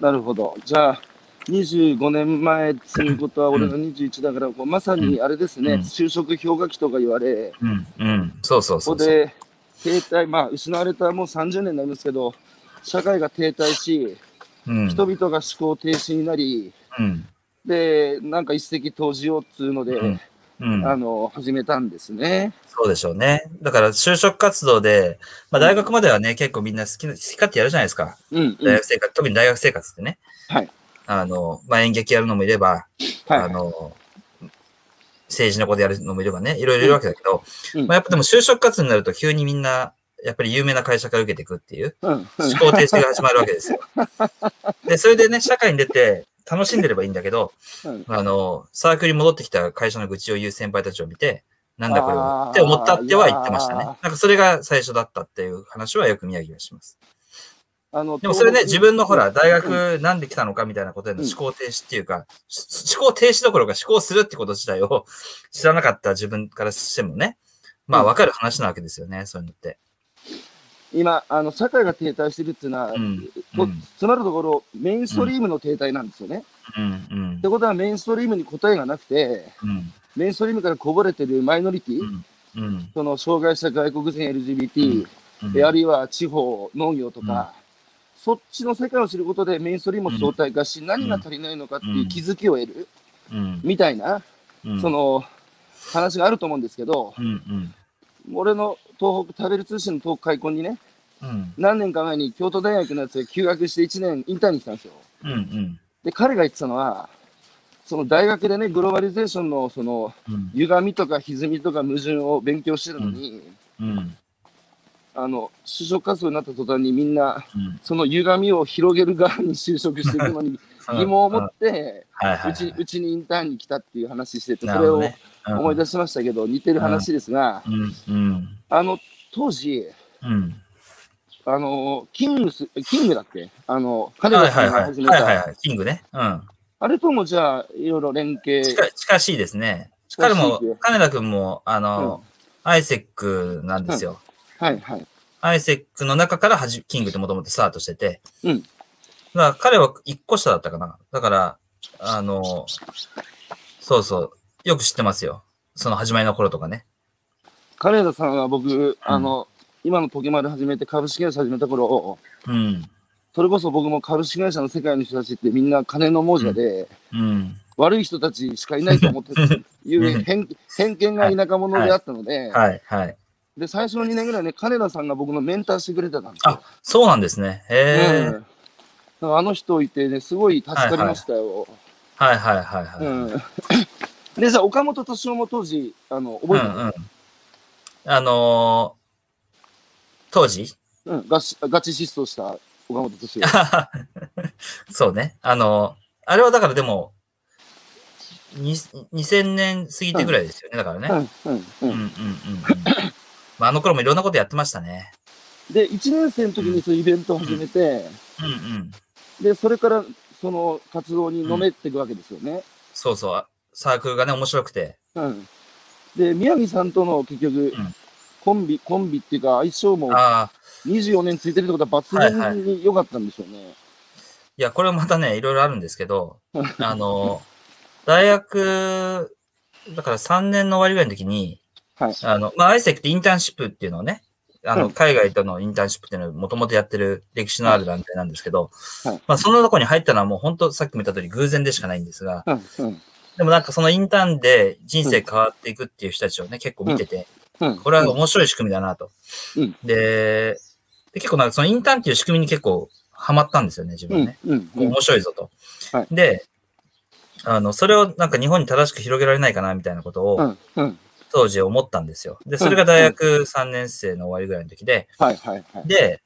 Speaker 1: なるほど。じゃあ、25年前っていうことは、俺が21だから、こうまさにあれですね、
Speaker 2: うん
Speaker 1: 就職氷河期とか言われ、
Speaker 2: うん、うん、そうそうそ
Speaker 1: ここ
Speaker 2: うそう。
Speaker 1: で停滞、まあ、失われたもう30年になりますけど、社会が停滞し、
Speaker 2: うん、
Speaker 1: 人々が思考停止になり、
Speaker 2: うん、
Speaker 1: で、なんか一石投じようっつうので、
Speaker 2: うんうん、
Speaker 1: あの、始めたんですね。
Speaker 2: そうでしょうね。だから就職活動で、まあ大学まではね、結構みんな好きな、好き勝手やるじゃないですか。
Speaker 1: うん、うん。
Speaker 2: 大学生活、特に大学生活ってね。
Speaker 1: はい。
Speaker 2: あの、まあ演劇やるのもいれば、あ
Speaker 1: はい。
Speaker 2: の、政治のことやるのもいればね、いろいろいるわけだけど、
Speaker 1: うん
Speaker 2: まあ、やっぱでも就職活動になると急にみんな、やっぱり有名な会社から受けていくっていう、
Speaker 1: うん、
Speaker 2: 思考停止が始まるわけで すよ。で、それでね、社会に出て楽しんでればいいんだけど、
Speaker 1: うん
Speaker 2: あの、サークルに戻ってきた会社の愚痴を言う先輩たちを見て、なんだこれ
Speaker 1: あー
Speaker 2: はって思ったってはい言ってました
Speaker 1: い
Speaker 2: ね
Speaker 1: やー。
Speaker 2: なんかそれが最初だったっていう話はよく宮城はします。
Speaker 1: あの
Speaker 2: でもそれね、自分のほら、大
Speaker 1: うん
Speaker 2: 学なんで来たのかみたいなことへの
Speaker 1: うん
Speaker 2: 思考停止っていうか、し思考停止どころか思考するってこと自体を 知らなかった自分からしてもね、まあ
Speaker 1: うん
Speaker 2: わかる話なわけですよね、そういうのって。
Speaker 1: 今、あの、社会が停滞してるっていうのは、
Speaker 2: うん。う
Speaker 1: と
Speaker 2: ん。
Speaker 1: つまるところ、メインストリームの停滞なんですよね。
Speaker 2: うん。うん
Speaker 1: っ。てことは、メインストリームに答えがなくて、
Speaker 2: うん。
Speaker 1: メインストリームからこぼれてるマイノリティ、
Speaker 2: うん。
Speaker 1: その障害者、外国人、LGBT、
Speaker 2: うん
Speaker 1: えあるいは地方、農業とか、そっちの世界を知ることでメインストリームも相対化し、何が足りないのかっていう気づきを得る
Speaker 2: うん。
Speaker 1: みたいな、
Speaker 2: うん
Speaker 1: そ、の話があると思うんですけど、
Speaker 2: うん。うん。
Speaker 1: 俺の東北食べる通信の東北開墾にね、
Speaker 2: うん。
Speaker 1: 何年か前に京都大学のやつが休学して1年インターンに来たんですよ。
Speaker 2: うん。うん。
Speaker 1: で、彼が言ってたのは、その大学でね、グローバリゼーションのその
Speaker 2: うん。
Speaker 1: 歪みとか歪みとか矛盾を勉強してたのに、
Speaker 2: うん。
Speaker 1: あの、就職活動になった途端にみんな、
Speaker 2: うん
Speaker 1: その歪みを広げる側に就職していくのに疑問を持
Speaker 2: うん
Speaker 1: って、
Speaker 2: はいは
Speaker 1: う
Speaker 2: い
Speaker 1: ち
Speaker 2: は
Speaker 1: うちにインターンに来たっていう話してて、
Speaker 2: い。
Speaker 1: それを
Speaker 2: を
Speaker 1: 思い
Speaker 2: し
Speaker 1: 出しましたけど、似てる話ですが、
Speaker 2: うん。うん。
Speaker 1: あの、当時、
Speaker 2: うん。
Speaker 1: あの、キングス、キングだっけあの、
Speaker 2: はい
Speaker 1: 金
Speaker 2: はい
Speaker 1: 田さんが
Speaker 2: はい。
Speaker 1: 始め
Speaker 2: はいはい
Speaker 1: た、
Speaker 2: はい。キングね。うん。
Speaker 1: あれともじゃあ、いろいろ連携、
Speaker 2: 近近しいですね。
Speaker 1: 近しい
Speaker 2: 彼
Speaker 1: です
Speaker 2: も、金田君も、あの、アイセックなんですよ。
Speaker 1: はいはい。
Speaker 2: アイセックの中からはじ、キングってもともとスタートしてて。
Speaker 1: うん
Speaker 2: だから彼は一個下だったかな。だから、あの、そうそう。よく知ってますよ。その始まりの頃とかね。
Speaker 1: 金田さんは僕、あの、今のポケマル始めて株式会社始めた頃、
Speaker 2: うん。
Speaker 1: それこそ僕も株式会社の世界の人たちってみんな金の亡者で、
Speaker 2: うん。
Speaker 1: 悪い人たちしかいないと思ってる いう偏偏見が田舎者であったので、
Speaker 2: はい、はい。
Speaker 1: で最初の2年ぐらいね、金田さんが僕のメンターしてくれてたんですよ。
Speaker 2: そうなんですね。へえ
Speaker 1: う。んだからあの人いてね、すごい助かりましたよ。
Speaker 2: はいはいはいはい。うん
Speaker 1: うん でさ、岡本敏夫も当時、あの覚えてる、
Speaker 2: うん。あのー、当時
Speaker 1: うんガチガチ失踪した岡本敏夫。
Speaker 2: そうね。あのー、あれはだからでも、に2000年過ぎてぐらいですよね、だからね。
Speaker 1: うんうんう
Speaker 2: うんんうんうんうん。まあ、あの頃もいろんなことやってましたね。
Speaker 1: で、1年生の時にそういうイベントを始めて、
Speaker 2: うんうん。
Speaker 1: で、それからその活動にのめっていくわけですよね。
Speaker 2: そうそう。あサークルがね、面白くて。
Speaker 1: うん、で、宮城さんとの結局、コンビ、コンビっていうか相性も
Speaker 2: ああ、
Speaker 1: 24年ついてるってことは抜群に良かったんでしょうね。
Speaker 2: いや、これまたね、いろいろあるんですけど、あのー、大学、だから3年の終わりぐらいの時に、
Speaker 1: はい
Speaker 2: あの、まあ、アイセックってインターンシップっていうのをね、あ
Speaker 1: う
Speaker 2: の、
Speaker 1: ん
Speaker 2: 海外とのインターンシップっていうのをもともとやってる歴史のある団体なんですけど、
Speaker 1: はい
Speaker 2: まあ、そのとこに入ったのはもう本当さっきも言った通り偶然でしかないんですが、
Speaker 1: うんうん
Speaker 2: でもなんかそのインターンで人生変わっていくっていう人たちをね、結構見てて、
Speaker 1: うん
Speaker 2: これは面白い仕組みだなと。
Speaker 1: うん
Speaker 2: で、で結構なんかそのインターンっていう仕組みに結構ハマったんですよね、自
Speaker 1: う
Speaker 2: 分ね。
Speaker 1: んうんうん
Speaker 2: 面白いぞと。
Speaker 1: はい
Speaker 2: で、あの、それをなんか日本に正しく広げられないかなみたいなこと
Speaker 1: う
Speaker 2: を
Speaker 1: んうん
Speaker 2: 当時思ったんですよ。で、それが大学3年生の終わりぐらいの時で、
Speaker 1: はいはいはい。
Speaker 2: で、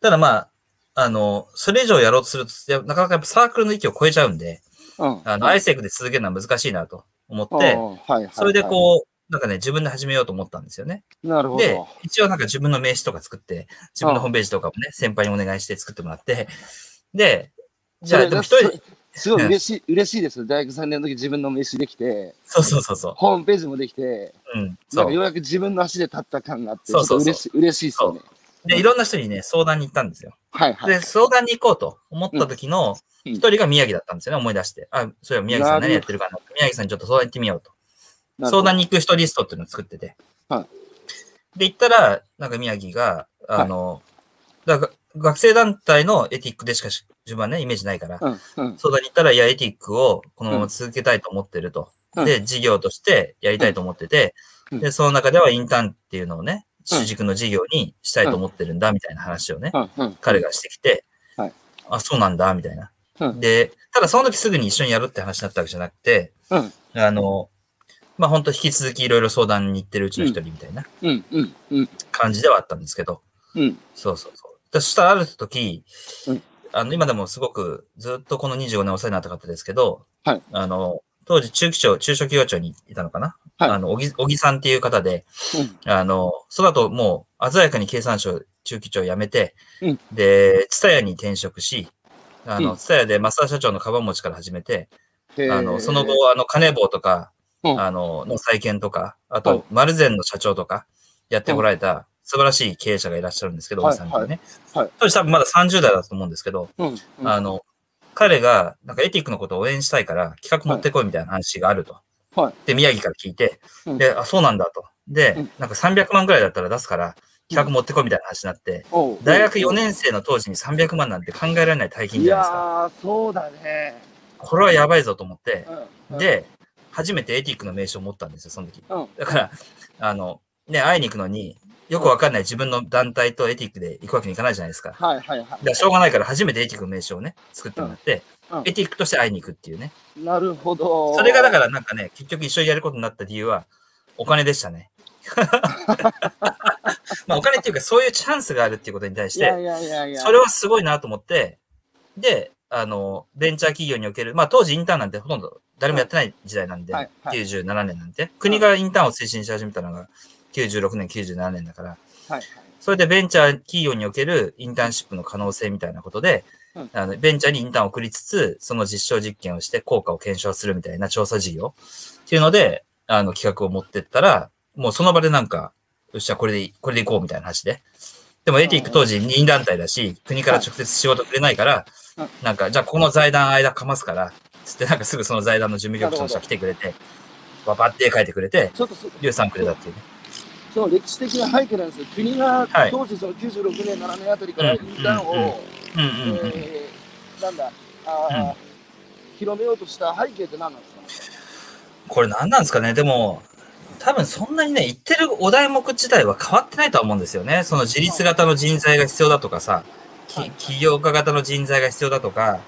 Speaker 2: ただまあ、あの、それ以上やろうとすると、やなかなかやっぱサークルの域を超えちゃうんで、
Speaker 1: うん
Speaker 2: あの、アイセクで続けるのは難しいなと思っ
Speaker 1: あー
Speaker 2: て、
Speaker 1: はいはい
Speaker 2: それでこう、なんかね、自分で始めようと思ったんですよね。
Speaker 1: う、なるほ
Speaker 2: で
Speaker 1: ど。、
Speaker 2: 一応なんか自分の名刺とか作って、自分のホームページとかもね、先輩にお願いして作ってもらって、で、じゃあ、
Speaker 1: それ
Speaker 2: でも一人
Speaker 1: それすごい嬉しい、嬉しいですよ。大学3年の時自分の名刺できて、
Speaker 2: そうそうそうそう。
Speaker 1: ホームページもできて、
Speaker 2: うん、
Speaker 1: なん
Speaker 2: そ
Speaker 1: かよ
Speaker 2: う。
Speaker 1: うやく自分の足で立った感があって、ち
Speaker 2: そ
Speaker 1: ょ
Speaker 2: う
Speaker 1: っと
Speaker 2: そうそう
Speaker 1: 嬉しい、嬉しいですよね。
Speaker 2: で、いろんな人にね、相談に行ったんですよ。
Speaker 1: はいはい。
Speaker 2: で、相談に行こうと思った時の
Speaker 1: うん
Speaker 2: 一人が宮城だったんですよね、思い出して。あ、そういえば宮城さん
Speaker 1: なるほど
Speaker 2: 何やってるかなって宮城さんにちょっと相談行ってみようと。
Speaker 1: なるほど
Speaker 2: 相談に行く人リストっていうのを作ってて。
Speaker 1: は
Speaker 2: で、行ったら、なんか宮城が、あの、だから学生団体のエティックでしかし自分はね、イメージないから、
Speaker 1: うんうん
Speaker 2: 相談に行ったら、いや、エティックをこのまま続けたいと思ってると。
Speaker 1: うん
Speaker 2: で、事業としてやりたいと思ってて、
Speaker 1: うん
Speaker 2: で、その中ではインターンっていうのをね、
Speaker 1: うん
Speaker 2: 主軸の事業にしたいと思ってるんだ、みたいな話をね、
Speaker 1: うんうん
Speaker 2: 彼がしてきて、
Speaker 1: はい
Speaker 2: あ、そうなんだ、みたいな。
Speaker 1: うん
Speaker 2: で、ただその時すぐに一緒にやるって話になったわけじゃなくて、
Speaker 1: うん
Speaker 2: あの、まあ、本当引き続きいろいろ相談に行ってるうちの一人みたいな
Speaker 1: うんうんうん
Speaker 2: 感じではあったんですけど、
Speaker 1: うん
Speaker 2: そうそうそう。でそしたらある時、
Speaker 1: うん
Speaker 2: あの、今でもすごくずっとこの25年お世話になった方ですけど、
Speaker 1: はい
Speaker 2: あの、当時中期長、中小企業庁にいたのかな、
Speaker 1: はい
Speaker 2: あの、小木小木さんっていう方で、あの、そうだともう鮮やかに経産省中期長を辞めて、
Speaker 1: うん
Speaker 2: で、ツタヤに転職し、あ
Speaker 1: う
Speaker 2: の、
Speaker 1: ん
Speaker 2: ツタヤで増田社長のカバン持ちから始めて、
Speaker 1: うん。
Speaker 2: あの、その後、あの、金棒とか、
Speaker 1: うん
Speaker 2: あの、の再建とか、あ
Speaker 1: はい
Speaker 2: と、丸善の社長とか、やってこられた素晴らしい経営者がいらっしゃるんですけど、
Speaker 1: はい
Speaker 2: おじさんにね。
Speaker 1: はいはい
Speaker 2: 当時多分まだ30代だと思うんですけど、
Speaker 1: へー、うんうん
Speaker 2: あの、彼が、なんかエティックのことを応援したいから、企画持ってこいみたいな話があると。
Speaker 1: はい
Speaker 2: で、宮城から聞いて、
Speaker 1: うん
Speaker 2: で、あ、そうなんだと。で
Speaker 1: うん、
Speaker 2: なんか300万ぐらいだったら出すから、企画持ってこいみたいな話になって、
Speaker 1: おう
Speaker 2: 大学4年生の当時に300万なんて考えられない大金
Speaker 1: い
Speaker 2: じ
Speaker 1: や
Speaker 2: ゃないで
Speaker 1: ー、
Speaker 2: すか。
Speaker 1: そうだね。
Speaker 2: これはやばいぞと思って、
Speaker 1: うん、
Speaker 2: で、初めてエティックの名刺を持ったんですよ、その時。
Speaker 1: うん、
Speaker 2: だから、あの、ね、会いに行くのに、よくわかんない自分の団体とエティックで行くわけにいかないじゃないですか。だか
Speaker 1: はいはいは
Speaker 2: らしょうがないから初めてエティックの名刺をね、作ってもらって、
Speaker 1: うんうん
Speaker 2: エティックとして会いに行くっていうね。
Speaker 1: い。なるほど。
Speaker 2: それがだからなんかね、結局一緒にやることになった理由は、お金でした ね。まあお金っていうか、そういうチャンスがあるっていうことに対し
Speaker 1: いや
Speaker 2: て、
Speaker 1: いやいやいや。
Speaker 2: それはすごいなと思って、で、あの、ベンチャー企業における、まあ当時インターンなんてほとんど誰もやってない時代なんで、
Speaker 1: はいはい
Speaker 2: 97年なんて、国がインターンを推進し始めたのが96年、97年だから、
Speaker 1: はい
Speaker 2: それでベンチャー企業におけるインターンシップの可能性みたいなことで、
Speaker 1: うん
Speaker 2: あのベンチャーにインターンを送りつつ、その実証実験をして効果を検証するみたいな調査事業っていうので、あの企画を持ってったら、もうその場でなんか、よっしゃ、これでい、これでいこうみたいな話で。でもエティック当時任意団体だし、国から直接仕事くれないから
Speaker 1: うん、
Speaker 2: なんか、じゃあこの財団間かますから、つってなんかすぐその財団の準備局長の人が来てくれて、ババって絵描いてくれて、
Speaker 1: ちょっとそ
Speaker 2: リュウさんくれたっていうね。
Speaker 1: その歴史的な背景なんですよ。国が
Speaker 2: はい
Speaker 1: 当時その96年、7年あたりからイ
Speaker 2: う
Speaker 1: ン
Speaker 2: ん
Speaker 1: ターンを
Speaker 2: うん
Speaker 1: え
Speaker 2: うんうん。
Speaker 1: ーなんだあー、
Speaker 2: うん
Speaker 1: 広めようとした背景って何なんですか
Speaker 2: これ何なんですかねでも、多分そんなにね、言ってるお題目自体は変わってないとは思うんですよね。その自立型の人材が必要だとかさ、き起業家型の人材が必要だとか、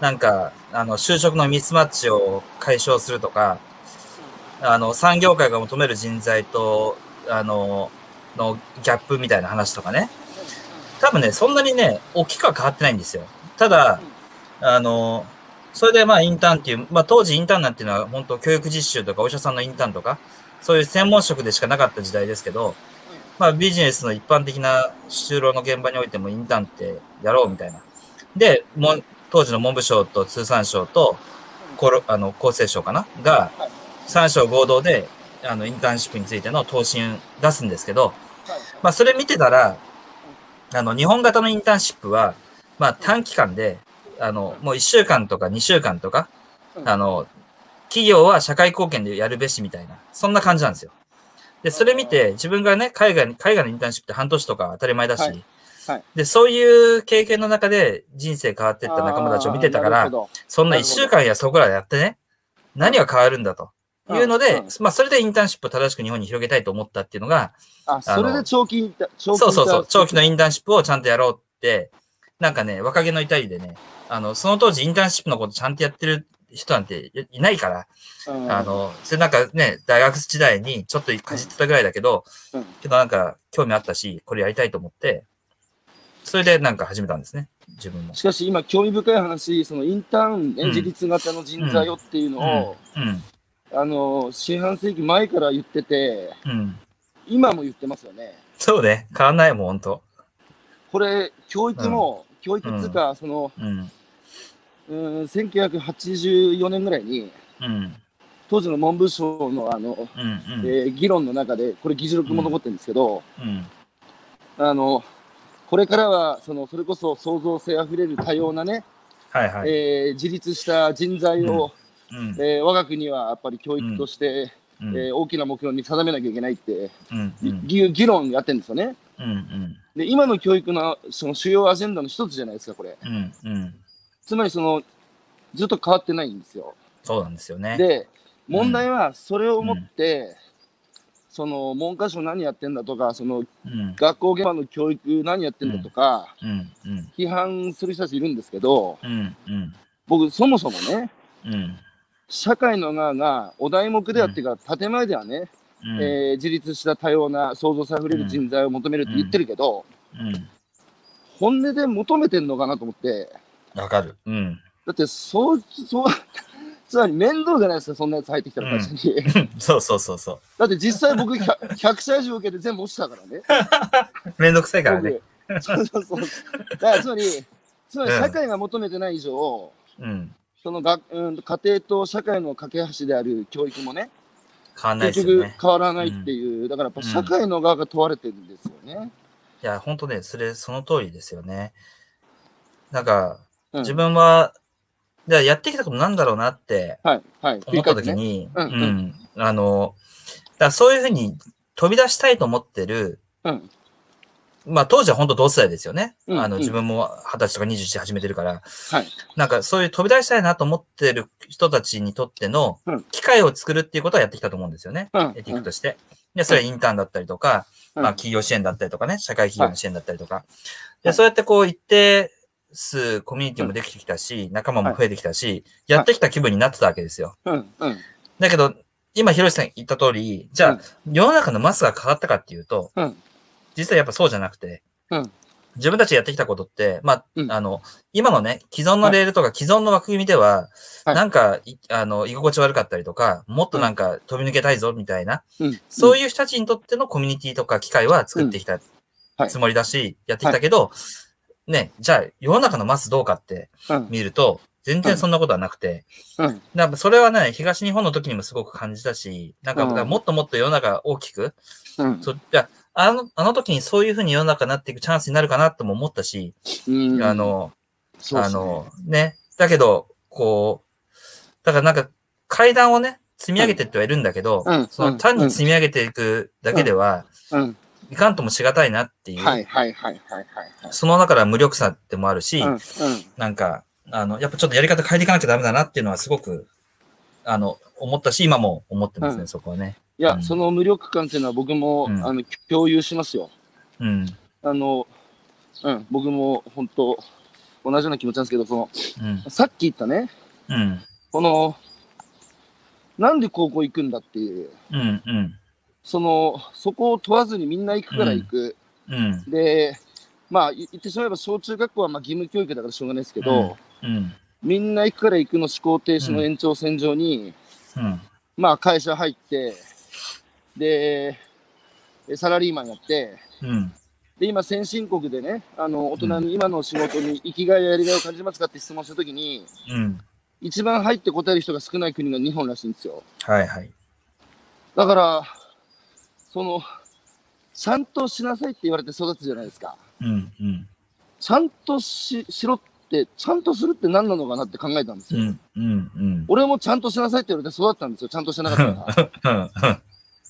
Speaker 2: なんか、あの、就職のミスマッチを解消するとか、あの、産業界が求める人材と、あの、のギャップみたいな話とかね。多分ね、そんなにね、大きくは変わってないんですよ。ただ、あの、それでまあインターンっていう、まあ当時インターンなんていうのは本当教育実習とかお医者さんのインターンとか、そういう専門職でしかなかった時代ですけど、まあビジネスの一般的な就労の現場においてもインターンってやろうみたいな。で、もん当時の文部省と通産省と厚労あの厚生省かなが
Speaker 1: はい、
Speaker 2: 3省合同であのインターンシップについての答申出すんですけど、まあ、それ見てたら、あの、日本型のインターンシップは、まあ、短期間で、あの、もう1週間とか2週間とか、
Speaker 1: うん
Speaker 2: あの、企業は社会貢献でやるべしみたいな、そんな感じなんですよ。で、それ見て、自分がね、海外に、海外のインターンシップって半年とか当たり前だし、
Speaker 1: はいはい
Speaker 2: で、そういう経験の中で人生変わってった仲間たちを見てたか
Speaker 1: あ
Speaker 2: ら
Speaker 1: ーなる、ほど
Speaker 2: そんな1週間やそこらやってね、何が変わるんだと。いうので、
Speaker 1: うんうん
Speaker 2: まあ、それでインターンシップを正しく日本に広げたいと思ったっていうのが、
Speaker 1: あそれで長期インタ長期
Speaker 2: そうそうそう、長期の
Speaker 1: イン
Speaker 2: インターンシップをちゃんとやろうって、なんかね、若気の至りでね、あの、その当時インターンシップのことちゃんとやってる人なんていいないから、
Speaker 1: ターン、うん
Speaker 2: あの、それなんかね、大学時代にちょっとかじってたぐらいだけど、
Speaker 1: うん
Speaker 2: けどなんか興味あったし、これやりたいと思って、それでなんか始めたんですね、自分も。
Speaker 1: しかし今興味深い話そのインターン、ね
Speaker 2: うん
Speaker 1: 自立型の人材をっていうのを、
Speaker 2: うん、
Speaker 1: あの四半世紀前から言ってて
Speaker 2: うん。
Speaker 1: 今も言ってますよね
Speaker 2: そうね、変わんないもん、ほんと。
Speaker 1: これ教育も、教育っつうか、その
Speaker 2: うん、
Speaker 1: うーん1984年ぐらいに
Speaker 2: うん、
Speaker 1: 当時の文部省のあの、
Speaker 2: うん、うん、
Speaker 1: えー議論の中でこれ議事録も残ってるんですけど、
Speaker 2: うん、
Speaker 1: あのこれからはそのそれこそ創造性あふれる多様なね、
Speaker 2: はいはい。
Speaker 1: えー自立した人材を、
Speaker 2: うん、
Speaker 1: えー我が国はやっぱり教育として、
Speaker 2: うん、
Speaker 1: えー大きな目標に定めなきゃいけないって、
Speaker 2: うん、う
Speaker 1: い
Speaker 2: ん、
Speaker 1: 議議論やってるんですよね。
Speaker 2: うん、
Speaker 1: で今の教育のその主要アジェンダの一つじゃないですかこれ。
Speaker 2: うん、うん。
Speaker 1: つまりそのずっと変わってないんですよ。
Speaker 2: そうなんですよね。
Speaker 1: で問題はそれをもって、その文科省何やってんだとかその
Speaker 2: うん、
Speaker 1: 学校現場の教育何やってんだとか、
Speaker 2: うん、うん、
Speaker 1: 批判する人たちいるんですけど
Speaker 2: うん、うん、
Speaker 1: 僕そもそもね
Speaker 2: うん。
Speaker 1: 社会の側がお題目であってから建前ではね、
Speaker 2: う
Speaker 1: え
Speaker 2: ん、
Speaker 1: ー自立した多様な創造さふれる人材を求めるって言ってるけど、
Speaker 2: う
Speaker 1: 本音で求めてんのかなと思って
Speaker 2: ん。わかる。うん。
Speaker 1: だってそうそう つまり面倒じゃないですかそんなやつ入ってきたら会社に、
Speaker 2: そうそうそうそ
Speaker 1: だって実際僕 100, 100社以上受けて全部落ちたから ね
Speaker 2: う。めんどくさいからね。
Speaker 1: 僕そうそうそう。だからつまり、つまり
Speaker 2: うん
Speaker 1: 社会が求めてない以上、
Speaker 2: うん。
Speaker 1: そのが、うん、家庭と社会の架け橋である教育もね、
Speaker 2: 変わんないです
Speaker 1: 結
Speaker 2: よ
Speaker 1: 局
Speaker 2: ね。
Speaker 1: 変わらないっていう、だからやっぱ社会の側が問われてるんですよね。
Speaker 2: いや、ほんとね、それ、その通りですよね。なんか、
Speaker 1: うん
Speaker 2: 自分は、じゃあやってきたことなんだろうなって
Speaker 1: はい、はい。
Speaker 2: 思った時
Speaker 1: ね。
Speaker 2: に、
Speaker 1: うんうん
Speaker 2: うん。あの、だからそういうふうに飛び出したいと思ってる、
Speaker 1: うん。
Speaker 2: まあ当時は本当同世代ですよね。
Speaker 1: うん
Speaker 2: あの
Speaker 1: うん
Speaker 2: 自分も二十歳とか21始めてるから、
Speaker 1: はい
Speaker 2: なんかそういう飛び出したいなと思ってる人たちにとっての
Speaker 1: うん
Speaker 2: 機会を作るっていうことはやってきたと思うんですよね。
Speaker 1: うん
Speaker 2: エティックとして。で、それはインターンだったりとか、
Speaker 1: うん
Speaker 2: まあ企業支援だったりとかね、社会企業の支援だったりとか。
Speaker 1: は
Speaker 2: で、
Speaker 1: い
Speaker 2: そうやってこう一定数コミュニティもできてきたし、仲間も増えてきたし、やってきた気分になってたわけですよ。
Speaker 1: うん、うん、
Speaker 2: だけど、今、広瀬さん言った通り、じゃあ、
Speaker 1: うん
Speaker 2: 世の中のマスが変わったかっていうと、
Speaker 1: うん
Speaker 2: 実はやっぱそうじゃなくて、
Speaker 1: うん
Speaker 2: 自分たちがやってきたことって、まあ、
Speaker 1: うん
Speaker 2: あの、今のね、既存のレールとか既存の枠組みでは、
Speaker 1: はい
Speaker 2: なんか、いあの、居心地悪かったりとか、もっとなんか飛び抜けたいぞみたいな、
Speaker 1: うん。
Speaker 2: そう
Speaker 1: い
Speaker 2: いう人たちにとってのコミュニティとか機会は作ってきた
Speaker 1: はい
Speaker 2: つもりだし、やってきたけど、ね、じゃあ、世の中のマスどうかって
Speaker 1: うん、うん、
Speaker 2: 見ると、全然そんなことはなくて、
Speaker 1: うん、
Speaker 2: なんかそれはね、東日本の時にもすごく感じたし、なんか
Speaker 1: うん
Speaker 2: だからもっともっと世の中が大きく、
Speaker 1: うん。
Speaker 2: そいやあのあの時にそういうふうに世の中になっていくチャンスになるかなとも思ったし、
Speaker 1: うん
Speaker 2: あ、の、
Speaker 1: そうで
Speaker 2: あ
Speaker 1: すね、
Speaker 2: の、ね、だけど、こう、だからなんか階段をね、積み上げてってはいるんだけど、
Speaker 1: うん
Speaker 2: その単に積み上げていくだけでは、
Speaker 1: うん、
Speaker 2: いかんともしがたいなっていう、
Speaker 1: はいはいはいはいはい。
Speaker 2: その中から無力さでもあるし、
Speaker 1: うんうん
Speaker 2: なんか、あの、やっぱちょっとやり方変えていかなきゃダメだなっていうのはすごく、あの、思ったし、今も思ってますね、
Speaker 1: うん
Speaker 2: そこはね。
Speaker 1: いや、
Speaker 2: うん
Speaker 1: その無力感っていうのは僕も、
Speaker 2: うん
Speaker 1: あの共有しますよ。
Speaker 2: うん。
Speaker 1: あの、うん、僕も本当、同じような気持ちなんですけど、その、
Speaker 2: うん。
Speaker 1: さっき言ったね、
Speaker 2: うん。
Speaker 1: この、なんで高校行くんだっていう、
Speaker 2: うん。うん。
Speaker 1: その、そこを問わずにみんな行くから行く。
Speaker 2: うん。
Speaker 1: で、まあ、い言ってしまえば小中学校はまあ義務教育だからしょうがないですけど、
Speaker 2: うん。
Speaker 1: みんな行くから行くの思考停止の延長線上に、
Speaker 2: うん。
Speaker 1: まあ会社入って、で、サラリーマンやって、
Speaker 2: うん。
Speaker 1: で、今先進国でね、あの、大人に今の仕事に生きがいややりがいを感じますかって質問したときに、
Speaker 2: うん。
Speaker 1: 一番入って答える人が少ない国が日本らしいんですよ。
Speaker 2: はいはい。
Speaker 1: だから、その、ちゃんとしなさいって言われて育つじゃないですか。
Speaker 2: うん。うん。
Speaker 1: ちゃんとししろって、ちゃんとするって何なのかなって考えたんです
Speaker 2: う
Speaker 1: よ。
Speaker 2: ん。うん。うん。
Speaker 1: 俺もちゃんとしなさいって言われて育ったんですよ。ちゃんとしてなかった から。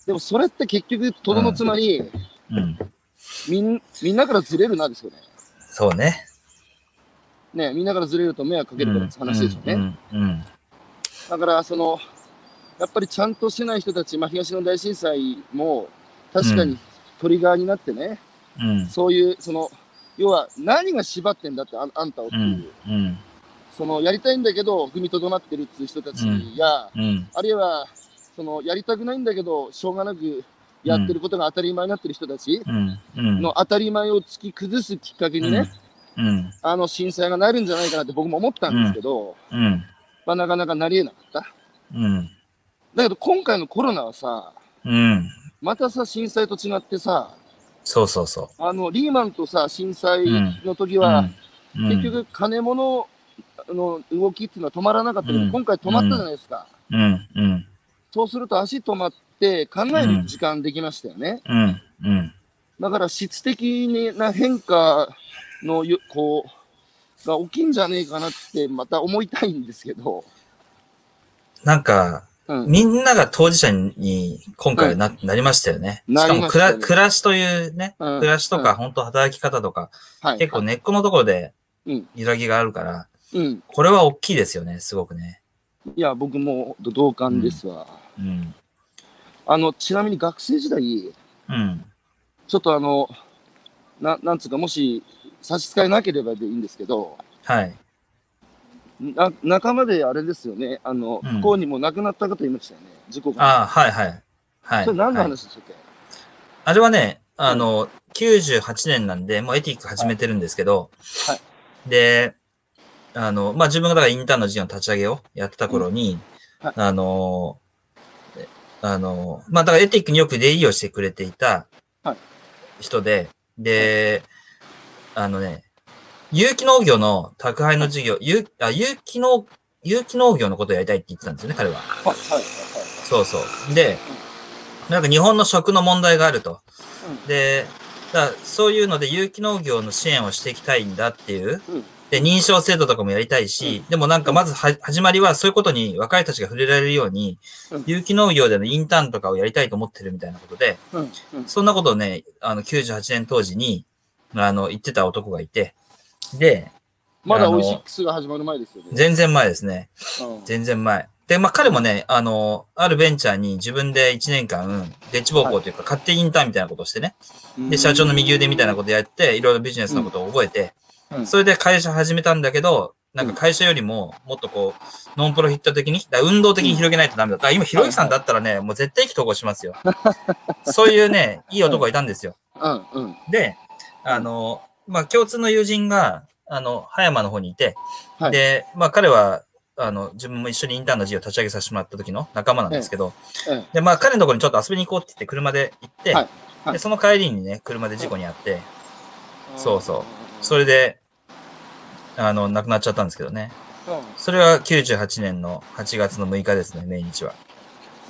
Speaker 1: でもそれって結局、とどのつまり、
Speaker 2: うん。
Speaker 1: みんみんなからずれるなですよね。
Speaker 2: そうね。
Speaker 1: ねみんなからずれると迷惑かけるからって話ですよね。
Speaker 2: うん。うん。
Speaker 1: だから、その、やっぱりちゃんとしてない人たち、まあ、東日本大震災も、確か
Speaker 2: うん
Speaker 1: にトリガーになってね、
Speaker 2: うん。
Speaker 1: そういう、その、要は何が縛ってんだってあんあんたをって
Speaker 2: う
Speaker 1: いう、
Speaker 2: ん。うん。
Speaker 1: そのやりたいんだけど踏みとどまってるっていう人たちや、
Speaker 2: うん。
Speaker 1: あるいはそのやりたくないんだけどしょうがなくやってることが当たり前になってる人たち
Speaker 2: うん。うん。
Speaker 1: の当たり前を突き崩すきっかけにね、
Speaker 2: うん。
Speaker 1: あの震災がなるんじゃないかなって僕も思ったんですけど、
Speaker 2: うん。
Speaker 1: まあ、なかなかなりえなかった。
Speaker 2: うん。
Speaker 1: だけど今回のコロナはさ、
Speaker 2: うん。
Speaker 1: またさ、震災と違ってさ、
Speaker 2: そうそうそ
Speaker 1: あの、リーマンとさ、震災の時
Speaker 2: う。
Speaker 1: は、
Speaker 2: うん、
Speaker 1: 結局、金物の動きっていうのは止まらなかったけど、
Speaker 2: うん
Speaker 1: 今回止まったじゃないですか。
Speaker 2: うん。うん。
Speaker 1: そうすると足止まって考える時間できましたよね。
Speaker 2: うん。うん。
Speaker 1: だから質的な変化のよ、こう、が起きんじゃねえかなってまた思いたいんですけど。
Speaker 2: なんか、
Speaker 1: うん。
Speaker 2: みんなが当事者に今回な,、なりましたよね。し
Speaker 1: な
Speaker 2: か
Speaker 1: り
Speaker 2: も
Speaker 1: ま
Speaker 2: く
Speaker 1: したね
Speaker 2: ら、暮らしというね、
Speaker 1: うん
Speaker 2: 暮らしとか、本当働き方とか、
Speaker 1: はい。
Speaker 2: 結構根っこのところで
Speaker 1: うん
Speaker 2: 揺らぎがあるから、
Speaker 1: うん。
Speaker 2: これは大きいですよね、すごくね。
Speaker 1: いや、僕も同感ですわ。
Speaker 2: うん。
Speaker 1: あの、ちなみに学生時代、ち
Speaker 2: うん。
Speaker 1: ょっとあの、ななんつうか、もし差し支えなければでいいんですけど、
Speaker 2: はい。
Speaker 1: な仲間であれですよね、あの、
Speaker 2: う
Speaker 1: 不
Speaker 2: ん
Speaker 1: 幸にも亡くなった方いましたよね、事故が。
Speaker 2: ああ、はいはい。はい。
Speaker 1: それ何の
Speaker 2: はい
Speaker 1: 話でしたっけ、
Speaker 2: あれはね、あの、98年なんで、もうエティック始めてるんですけど、
Speaker 1: はい
Speaker 2: で、あの、まあ、自分がだからインターンの事業の立ち上げをやってた頃に、
Speaker 1: うんはい
Speaker 2: あの、えあの、まあ、だからエティックによく出入りをしてくれていた
Speaker 1: はい
Speaker 2: 人で、で、あのね、有機農業の宅配の事業、有あ有機農、有機農業のことをやりたいって言ってたんですよね、彼は。
Speaker 1: はい、はい、
Speaker 2: そうそう。で、なんか日本の食の問題があると。
Speaker 1: う
Speaker 2: で、だからそういうので有機農業の支援をしていきたいんだっていう。
Speaker 1: うん
Speaker 2: で、認証制度とかもやりたいし、でもなんかまずは始まりはそういうことに若い人たちが触れられるように
Speaker 1: うん、
Speaker 2: 有機農業でのインターンとかをやりたいと思ってるみたいなことで、
Speaker 1: はい。うん、うん、
Speaker 2: そんなことをね、あの、98年当時に、あの、言ってた男がいて、で、
Speaker 1: まだ
Speaker 2: あの
Speaker 1: オイシックスが始まる前ですよね。
Speaker 2: 全然前ですね。
Speaker 1: うん
Speaker 2: 全然前。で、まあ、彼もね、あの、あるベンチャーに自分で1年間、デッチ暴行というか、勝手インターンみたいなことをしてね、で、社長の右腕みたいなことやって、いろいろビジネスのことを覚えて、
Speaker 1: うん
Speaker 2: それで会社始めたんだけど、なんか会社よりも、もっとこう、ノンプロフィット的に、だから運動的に広げないとダメだ。だから今、ひろゆきさんだったらね、もう絶対意気投合し ますよ。そういうね、いい男がいたんですよ。
Speaker 1: うん、うん。
Speaker 2: で、あの、まあ、共通の友人が、あの、葉山の方にいて、
Speaker 1: はい
Speaker 2: で、まあ、彼は、あの、自分も一緒にインターンの事業を立ち上げさせてもらった時の仲間なんですけど、
Speaker 1: ええ
Speaker 2: で、まあ、彼のところにちょっと遊びに行こうって言って車で行って、
Speaker 1: はいはい
Speaker 2: でその帰りにね、車で事故に遭って、そうそう
Speaker 1: うん
Speaker 2: それで、あの、亡くなっちゃったんですけどね。
Speaker 1: うん
Speaker 2: それは98年の8月の6日ですね、命日は。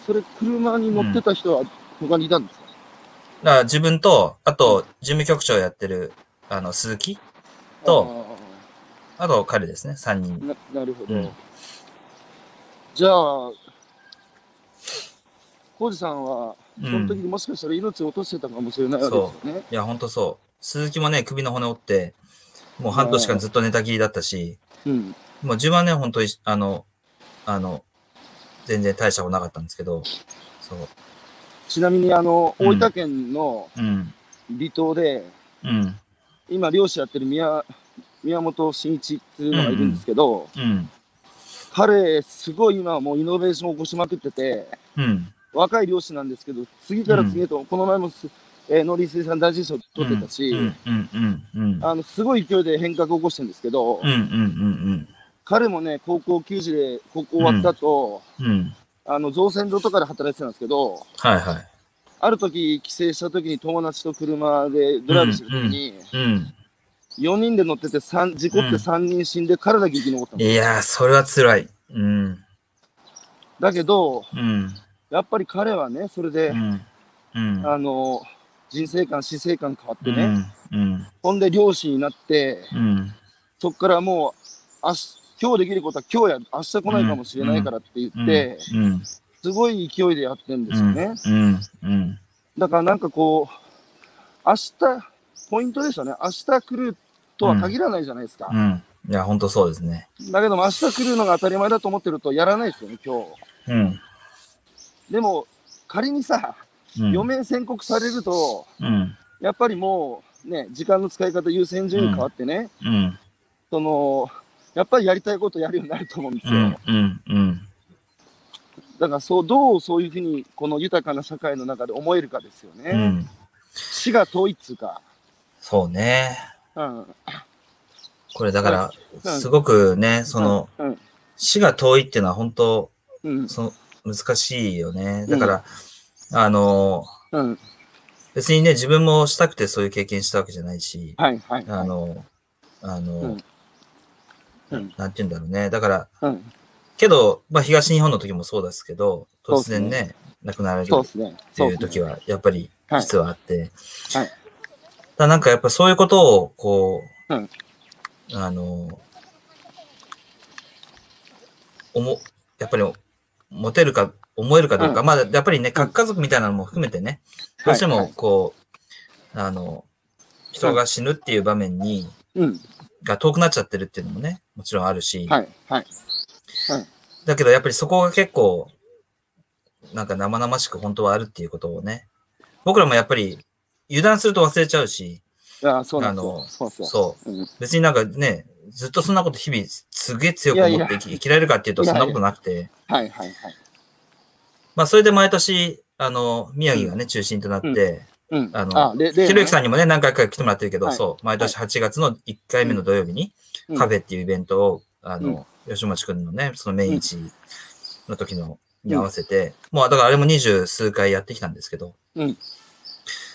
Speaker 1: それ、車に乗ってた人は他にいたんですか、
Speaker 2: だから自分と、あと、事務局長をやってる、あの、鈴木、とあと彼ですね、3
Speaker 1: あー
Speaker 2: 人。
Speaker 1: な、なるほど。
Speaker 2: うん
Speaker 1: じゃあ、浩二さんは、
Speaker 2: う
Speaker 1: その時
Speaker 2: ん。
Speaker 1: にもしかしたら命を落としてたかもしれないわけですよね。
Speaker 2: いや、ほんとそう。鈴木もね、首の骨折って、もう半年間ずっと寝たきりだったし、
Speaker 1: うん。
Speaker 2: もう10万年本当に、あの、あの、全然大したことなかったんですけど、そう。
Speaker 1: ちなみに、あの、
Speaker 2: うん
Speaker 1: 大分県の
Speaker 2: うん。
Speaker 1: 離島で、
Speaker 2: うん。
Speaker 1: 今、漁師やってる宮、宮本慎一っていうのがいるんですけど、
Speaker 2: うん。
Speaker 1: 彼、すごい今はもうイノベーションを起こしまくってて、
Speaker 2: うん。
Speaker 1: 若い漁師なんですけど、次から次へと、この前もす、えー農林水産大臣賞取ってたし、
Speaker 2: うん。うん。うん。うん。
Speaker 1: あの、すごい勢いで変革を起こしてるんですけど、
Speaker 2: うん。うん。
Speaker 1: 彼もね、高校球児で、高校終わった後、
Speaker 2: うん。うん。
Speaker 1: あの、造船所とかで働いてたんですけど、
Speaker 2: はいはい。
Speaker 1: ある時帰省した時に友達と車でドライブしてる時に、
Speaker 2: うん。
Speaker 1: 4人で乗ってて三事故っ
Speaker 2: うん
Speaker 1: て3人死んで彼だけ生き残ったの、
Speaker 2: いやー、それは辛い。うん。
Speaker 1: だけど、
Speaker 2: うん。
Speaker 1: やっぱり彼はね、それで、
Speaker 2: うん。うん。
Speaker 1: あの、人生観、死生観変わって
Speaker 2: う
Speaker 1: ね、
Speaker 2: ん。うん。
Speaker 1: ほんで漁師になって、
Speaker 2: うん。
Speaker 1: そこからもう、明日、今日できることは今日やる、明日来ないかもしれないからって言
Speaker 2: う
Speaker 1: っ
Speaker 2: ん。
Speaker 1: て、
Speaker 2: うん。
Speaker 1: すごい勢いでやってるんですよね。
Speaker 2: うん。うん。
Speaker 1: だからなんかこう、明日、ポイントですよね。明日来るとは限らないじゃないですか。
Speaker 2: うん。いや、ほんとそうですね。
Speaker 1: だけども明日来るのが当たり前だと思ってるとやらないですよね、今
Speaker 2: うん。
Speaker 1: 日。でも、仮にさ、
Speaker 2: うん。
Speaker 1: 余命宣告されると、
Speaker 2: うん。
Speaker 1: やっぱりもう、ね、時間の使い方優先順位変わってね、
Speaker 2: うん。
Speaker 1: その、やっぱりやりたいことやるようになると思うんです
Speaker 2: う
Speaker 1: よ。
Speaker 2: ん。うん。うん。
Speaker 1: だからそう、どうそういうふうに、この豊かな社会の中で思えるかですよね。
Speaker 2: うん。
Speaker 1: 死が遠いっつうか。
Speaker 2: そうね。
Speaker 1: うん。
Speaker 2: これだから、すごくね、その、
Speaker 1: うん。
Speaker 2: 死が遠いっていうのは本当、
Speaker 1: うん。
Speaker 2: その、難しいよね。だから、あの、
Speaker 1: うん。
Speaker 2: 別にね、自分もしたくてそういう経験したわけじゃないし、
Speaker 1: はいはい。
Speaker 2: あの、あの、
Speaker 1: うんうん
Speaker 2: なんて言うんだろうね。だから、
Speaker 1: うん。
Speaker 2: けど、まあ東日本の時もそうですけど、
Speaker 1: そうっ
Speaker 2: 突
Speaker 1: すね
Speaker 2: 然ね、亡くなられる
Speaker 1: そうで
Speaker 2: っ
Speaker 1: すね。
Speaker 2: て
Speaker 1: そう
Speaker 2: い
Speaker 1: で
Speaker 2: う
Speaker 1: すね
Speaker 2: 時は、やっぱり
Speaker 1: はい
Speaker 2: 実はあって、
Speaker 1: はい
Speaker 2: だからなんかやっぱそういうことを、こう、
Speaker 1: うん
Speaker 2: あの、おも、やっぱり持てるか、思えるかどうか、
Speaker 1: う
Speaker 2: まあやっぱりね、核家族みたいなのも含めてね、どうして
Speaker 1: はい
Speaker 2: も
Speaker 1: はい
Speaker 2: こう、あの、人が死ぬっていう場面に、
Speaker 1: うん。
Speaker 2: が遠くなっちゃってるっていうのもね、もちろんあるし、
Speaker 1: はいはい。
Speaker 2: だけどやっぱりそこが結構、なんか生々しく本当はあるっていうことをね、僕らもやっぱり油断すると忘れちゃうし、
Speaker 1: ああ、そうなんです
Speaker 2: あ
Speaker 1: よ。
Speaker 2: の
Speaker 1: そうそう。、
Speaker 2: そううん別になんかね、ずっとそんなこと日々すげえ強く
Speaker 1: い
Speaker 2: 思
Speaker 1: や
Speaker 2: っ
Speaker 1: い
Speaker 2: て
Speaker 1: や
Speaker 2: 生き生きられるかっていうと
Speaker 1: いや
Speaker 2: そ
Speaker 1: い
Speaker 2: ん
Speaker 1: や
Speaker 2: なことなくて、
Speaker 1: はいはいはい。
Speaker 2: まあそれで毎年、あの、宮城がね、中心となって、
Speaker 1: うん。
Speaker 2: あの
Speaker 1: で、で、
Speaker 2: ひろゆきさんにもね、何回か来てもらってるけど、
Speaker 1: はい
Speaker 2: そう、毎年8月の1回目の土曜日に、
Speaker 1: うん
Speaker 2: カフェっていうイベントを、あの、吉町くんのね、その命日の時の、に合わせて、もう、だからあれも二十数回やってきたんですけど、
Speaker 1: うん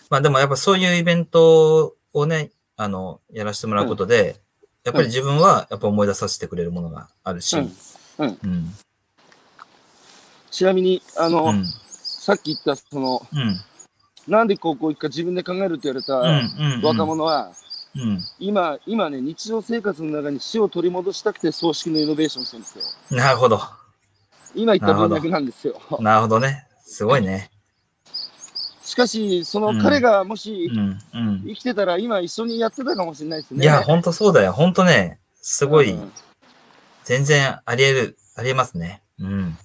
Speaker 2: まあでもやっぱそういうイベントをね、あの、やらせてもらうことで、やっぱり自分はやっぱ思い出させてくれるものがあるし、
Speaker 1: うんうん
Speaker 2: うん、
Speaker 1: ちなみに、あの、
Speaker 2: うん、
Speaker 1: さっき言った、その、
Speaker 2: うん、
Speaker 1: なんで高校行くか自分で考えるって言われ
Speaker 2: うん、
Speaker 1: た
Speaker 2: うん、
Speaker 1: 若者は、
Speaker 2: うん、
Speaker 1: 今、今ね、日常生活の中に死を取り戻したくて葬式のイノベーションしてるんですよ。
Speaker 2: なるほど、
Speaker 1: 今言った文
Speaker 2: なるほ
Speaker 1: 脈なんですよ。
Speaker 2: なるほどね、すごいね、
Speaker 1: しかし、そ
Speaker 2: うん
Speaker 1: の彼がも
Speaker 2: う
Speaker 1: し
Speaker 2: ん、うん。
Speaker 1: 生きてたら、今一緒にやってたかもしれないですね。
Speaker 2: いや、ほんとそうだよ。ほんとね、す
Speaker 1: す
Speaker 2: ごい、全然あり得る、あり得ますね。うん。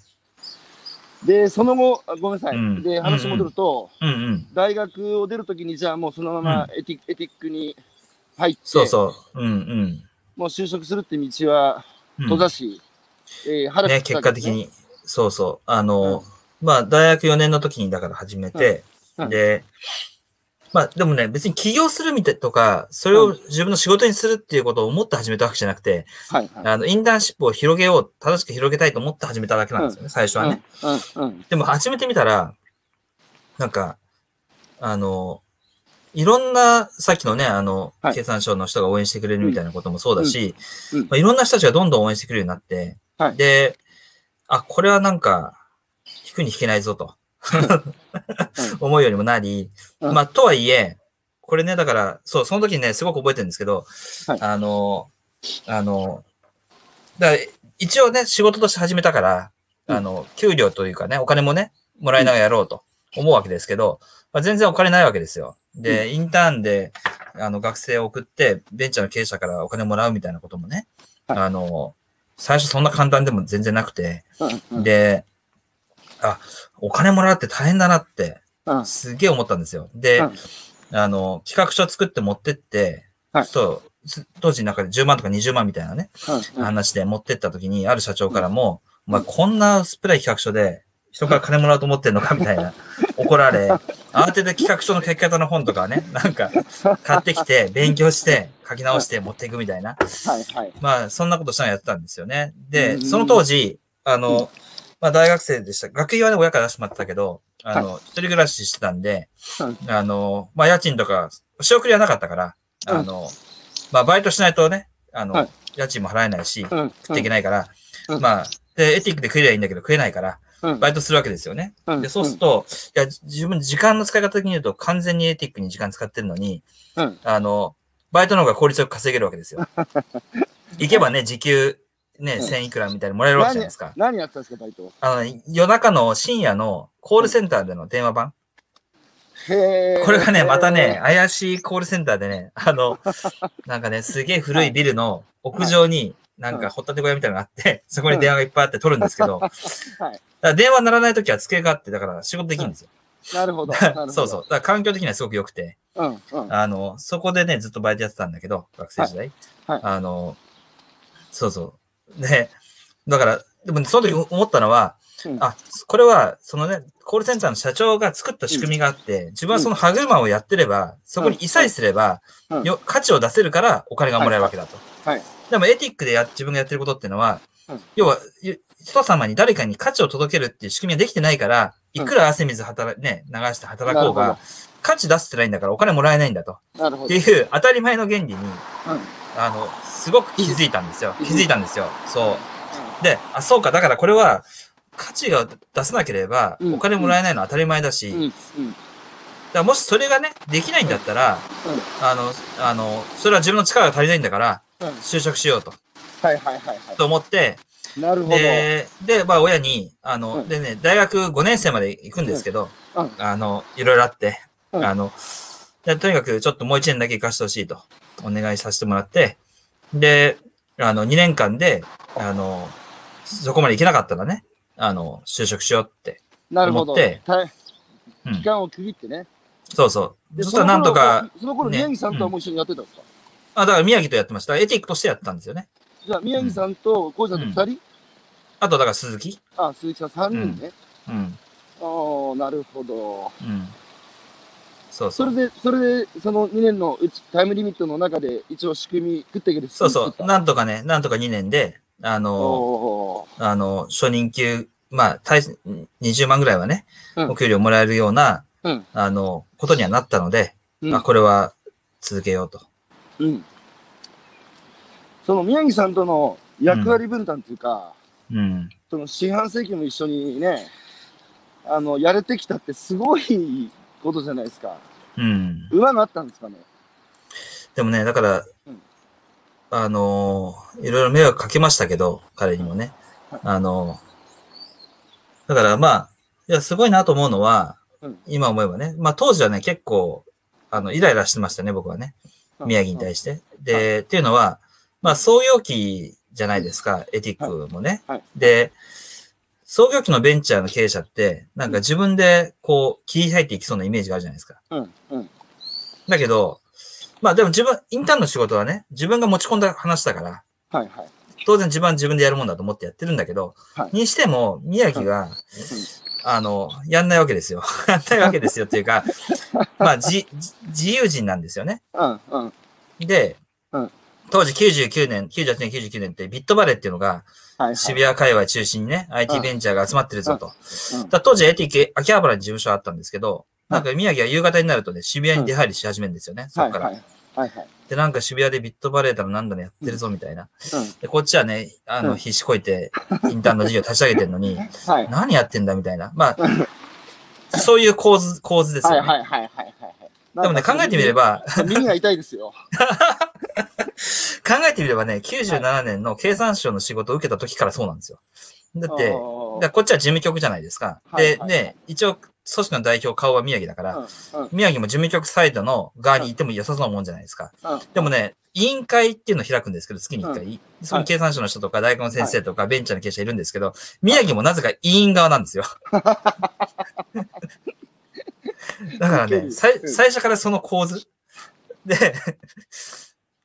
Speaker 1: で、その後、あごめんなさい。
Speaker 2: うん
Speaker 1: で、話戻ると、
Speaker 2: うんうん。
Speaker 1: 大学を出るときに、じゃあもうそのままエティ,、エティックに入って、
Speaker 2: そうそう。うんうん
Speaker 1: もう就職するって道は
Speaker 2: うん。
Speaker 1: 閉ざし、えー腹く
Speaker 2: ね、
Speaker 1: く
Speaker 2: 結
Speaker 1: った
Speaker 2: 果
Speaker 1: わけで
Speaker 2: 的
Speaker 1: すね。
Speaker 2: に。そうそう。あの、まあ、大学4年の時にだから始めて、
Speaker 1: うんうん
Speaker 2: で、まあ、でもね、別に起業するみたいとか、それを自分の仕事にするっていうことを思って始めたわけじゃなくて、
Speaker 1: はいはい。
Speaker 2: あの、インターンシップを広げよう、正しく広げたいと思って始めただけなんですよね、最初はね。
Speaker 1: うんうんうん
Speaker 2: でも始めてみたら、なんか、あの、いろんな、さっきのね、あの、
Speaker 1: はい
Speaker 2: 経産省の人が応援してくれるみたいなこともそうだし、
Speaker 1: うんうん
Speaker 2: まあ、いろんな人たちがどんどん応援してくれるようになって、
Speaker 1: はい
Speaker 2: で、あ、これはなんか、引くに引けないぞと、 思うようにもなり、
Speaker 1: うん
Speaker 2: まあ、とはいえ、これね、だから、そう、その時にね、すごく覚えてるんですけど、
Speaker 1: はい
Speaker 2: あの、あの、だから一応ね、仕事として始めたから、あの、給料というかね、お金もね、もらいながらやろうと思うわけですけど、まあ、全然お金ないわけですよ。で、インターンで、あの、学生を送って、ベンチャーの経営者からお金をもらうみたいなこともね、
Speaker 1: はい
Speaker 2: あの、最初そんな簡単でも全然なくて、
Speaker 1: うんうん
Speaker 2: で、あ、お金もらうって大変だなって、
Speaker 1: うん
Speaker 2: すげえ思ったんですよ。で、
Speaker 1: うん
Speaker 2: あの、企画書作って持ってって、
Speaker 1: はい
Speaker 2: そうす当時の中で10万とか20万みたいなね、話で持ってった時に、ある社長からも、
Speaker 1: うん
Speaker 2: お前こんなスプレー企画書で、人から金もらおうと思ってんのかみ たいな、怒られ、慌てて企画書の書き方の本とかね、なんか、買ってきて、勉強して、書き直して持っていくみたいな。
Speaker 1: はいはい。
Speaker 2: まあ、そんなことしたのやってたんですよね。
Speaker 1: う
Speaker 2: で、
Speaker 1: ん
Speaker 2: その当時、あの、まあ、大学生でした。学費はね、親から出してもらってたけど、あの、一人暮らししてたんで
Speaker 1: は、
Speaker 2: あの、まあ、家賃とか、仕送りはなかったから、あの、まあ、バイトしないとね、あ
Speaker 1: は
Speaker 2: の
Speaker 1: い、
Speaker 2: 家賃も払えないし、
Speaker 1: うん
Speaker 2: 食っていけないから
Speaker 1: う、ん
Speaker 2: まあ、で、エティックで食えりゃいいんだけど、食えないから、
Speaker 1: うん
Speaker 2: バイトするわけですよね。
Speaker 1: うん
Speaker 2: で、そうすると、いや、自分時間の使い方的に言うと、完全にエティックに時間使ってるのに、
Speaker 1: うん
Speaker 2: あの、バイトの方が効率よく稼げるわけで すよ。行けばね、時給、ね、
Speaker 1: うん
Speaker 2: 1000いくらみたいにもらえるわけじゃないですか。
Speaker 1: 何やってたんですか、バイト。
Speaker 2: あの、夜中の深夜のコールセンターでの電話番。
Speaker 1: へー
Speaker 2: これがね、またね、、怪しいコールセンターでね、あの、なんかね、すげえ古いビルの屋上に、なん
Speaker 1: うん
Speaker 2: か、ほったて小屋みたいなのがあって、そこに電話がいっぱいあって取るんですけど、だか
Speaker 1: はい。
Speaker 2: ら電話鳴らないときは机があって、だから仕事できるんですよ。
Speaker 1: なる ほど。なるほど
Speaker 2: そうそう。だから環境的にはすごく良くて。
Speaker 1: うんうん。
Speaker 2: あの、そこでね、ずっとバイトやってたんだけど、学生時代。
Speaker 1: はい
Speaker 2: あの、そうそう。で、だから、でも、その時思ったのは、
Speaker 1: うん
Speaker 2: あ、これは、そのね、コールセンターの社長が作った仕組みがあって、自分はその歯車をやってれば、そこにいさえすれば、
Speaker 1: うん
Speaker 2: よ価値を出せるからお金がもらえるわけだと。
Speaker 1: はいはい
Speaker 2: でも、エティックでや自分がやってることっていうのは、
Speaker 1: うん
Speaker 2: 要は、ゆ人様に誰かに価値を届けるっていう仕組みができてないから、
Speaker 1: うん
Speaker 2: いくら汗水働、ね、流して働こ
Speaker 1: な
Speaker 2: う
Speaker 1: る
Speaker 2: が
Speaker 1: ほ、
Speaker 2: 価値出してないんだからお金もらえないんだと。
Speaker 1: なるほ
Speaker 2: っ
Speaker 1: ど
Speaker 2: て。いう当たり前の原理に、あの、すごく気づいたんですよ。
Speaker 1: うん
Speaker 2: 気づいたんですよ。そう。で、あ、そうか、だからこれは、価値が出さなければ
Speaker 1: う、ん
Speaker 2: お金もらえないのは当たり前だし、
Speaker 1: うんうんうん
Speaker 2: だからもしそれがね、できないんだったら、あの、あの、それは自分の力が足りないんだから、
Speaker 1: うん
Speaker 2: 就職しようと、
Speaker 1: はいはいはいは
Speaker 2: と思って、
Speaker 1: い。なるほど。
Speaker 2: で、で、まあ親に、あの、
Speaker 1: うん
Speaker 2: でね、大学5年生まで行くんですけど、
Speaker 1: うん
Speaker 2: あの、いろいろあって、
Speaker 1: うん
Speaker 2: あの、でとにかくちょっともう1年だけ行かせてほしいと、お願いさせてもらって、で、あの、2年間で、あの、そこまで行けなかったらね、あの、就職しようって。
Speaker 1: なるほ
Speaker 2: 思
Speaker 1: ど。
Speaker 2: って
Speaker 1: はい
Speaker 2: うん
Speaker 1: 時間を区切ってね。
Speaker 2: そうそう。
Speaker 1: で
Speaker 2: そしたらなんとか、。
Speaker 1: その頃、その頃
Speaker 2: ね
Speaker 1: 宮城さんとはもう一緒にやってたんですか
Speaker 2: あ、だから宮城とやってました。エティックとしてやってたんですよね。
Speaker 1: じゃあ、宮城さんと浩二さんと二人
Speaker 2: あと、だから鈴木。
Speaker 1: あ、鈴木さん三人ね。
Speaker 2: うん。
Speaker 1: ああ、なるほど。
Speaker 2: うん。そうそ
Speaker 1: そうれ。で、それで、その2年のうち、タイムリミットの中で、一応仕組み、食っていける
Speaker 2: そうそ
Speaker 1: 作
Speaker 2: う。
Speaker 1: った
Speaker 2: なんとかね、なんとか2年で、あの、
Speaker 1: お
Speaker 2: あの、初任給、まあ、大し20万ぐらいはね、
Speaker 1: うん
Speaker 2: お給料もらえるような、
Speaker 1: うん
Speaker 2: あの、ことにはなったので、
Speaker 1: ー
Speaker 2: あ、これは続けようと。
Speaker 1: うん。うん。その宮城さんとの役割分担というか、
Speaker 2: うん。
Speaker 1: その四半世紀も一緒にね、あの、やれてきたってすごいことじゃないですか。
Speaker 2: うん。
Speaker 1: 上があったんですかね。
Speaker 2: でもね、だから
Speaker 1: うん、
Speaker 2: あの、いろいろ迷惑かけましたけど、彼にもね
Speaker 1: はい。
Speaker 2: あの、だからまあ、いや、すごいなと思うのは、
Speaker 1: うん
Speaker 2: 今思えばね、まあ当時はね、結構、あの、イライラしてましたね、僕はね。宮城に対
Speaker 1: して。
Speaker 2: して。で、っていうのは、まあ、創業期じゃないですか、エティックもね。
Speaker 1: はいはい
Speaker 2: で、創業期のベンチャーの経営者って、なんか自分でこう、切り開いていきそうなイメージがあるじゃないですか。
Speaker 1: うん、うん、
Speaker 2: だけど、まあでも自分、インターンの仕事はね、自分が持ち込んだ話だから、
Speaker 1: はい、はい。
Speaker 2: 当然自分は自分でやるもんだと思ってやってるんだけど、
Speaker 1: はい
Speaker 2: にしても、宮城が、あの、やんないわけですよ。 やんないわけですよってい うか、まあ、じじ自由人なんですよね。
Speaker 1: うん、うん、
Speaker 2: で、
Speaker 1: うん
Speaker 2: 当時99年、98年、99年ってビットバレーっていうのが
Speaker 1: はい。
Speaker 2: 渋谷界隈中心にね、IT ベンチャーが集まってるぞと。
Speaker 1: うん
Speaker 2: だから当時 AT 秋葉原に事務所あったんですけど、なんか宮城は夕方になるとね、渋谷に出入りし始めるんですよね、そ
Speaker 1: は
Speaker 2: こ
Speaker 1: い、
Speaker 2: から、
Speaker 1: はい、はい、はい。
Speaker 2: で、なんか渋谷でビットバレーだのなんだのやってるぞみたいな。
Speaker 1: うん、
Speaker 2: で、こっちはね、あの、
Speaker 1: うん
Speaker 2: 必死こいて、インターンの授業立ち上げてるの に、
Speaker 1: はい。
Speaker 2: 何やってんだみたいな。まあ、そういう構図、構図ですよ
Speaker 1: は
Speaker 2: ね。
Speaker 1: い、はい、はい、はい、はい。はい
Speaker 2: でもね、考えてみれ。ば、
Speaker 1: なんか耳が痛いですよ。
Speaker 2: 考えてみればね、97年の経産省の仕事を受けた時からそうなんですよ。 だって、だからこっちは事務局じゃないですか。
Speaker 1: はい
Speaker 2: で、
Speaker 1: はい
Speaker 2: で、一応、組織の代表顔は宮城だから、
Speaker 1: うんうん
Speaker 2: 宮城も事務局サイドの側にいても良さそうなもんじゃないですか。
Speaker 1: うん
Speaker 2: でもね、委員会っていうのを開くんですけど、月に1回。その経産省の人とか、大学の先生とか、ベンチャーの経営者いるんですけど、宮城もなぜか委員側な んですよ。だから
Speaker 1: ウケ
Speaker 2: ね、
Speaker 1: る
Speaker 2: さい
Speaker 1: うん
Speaker 2: 最初からその構図。で、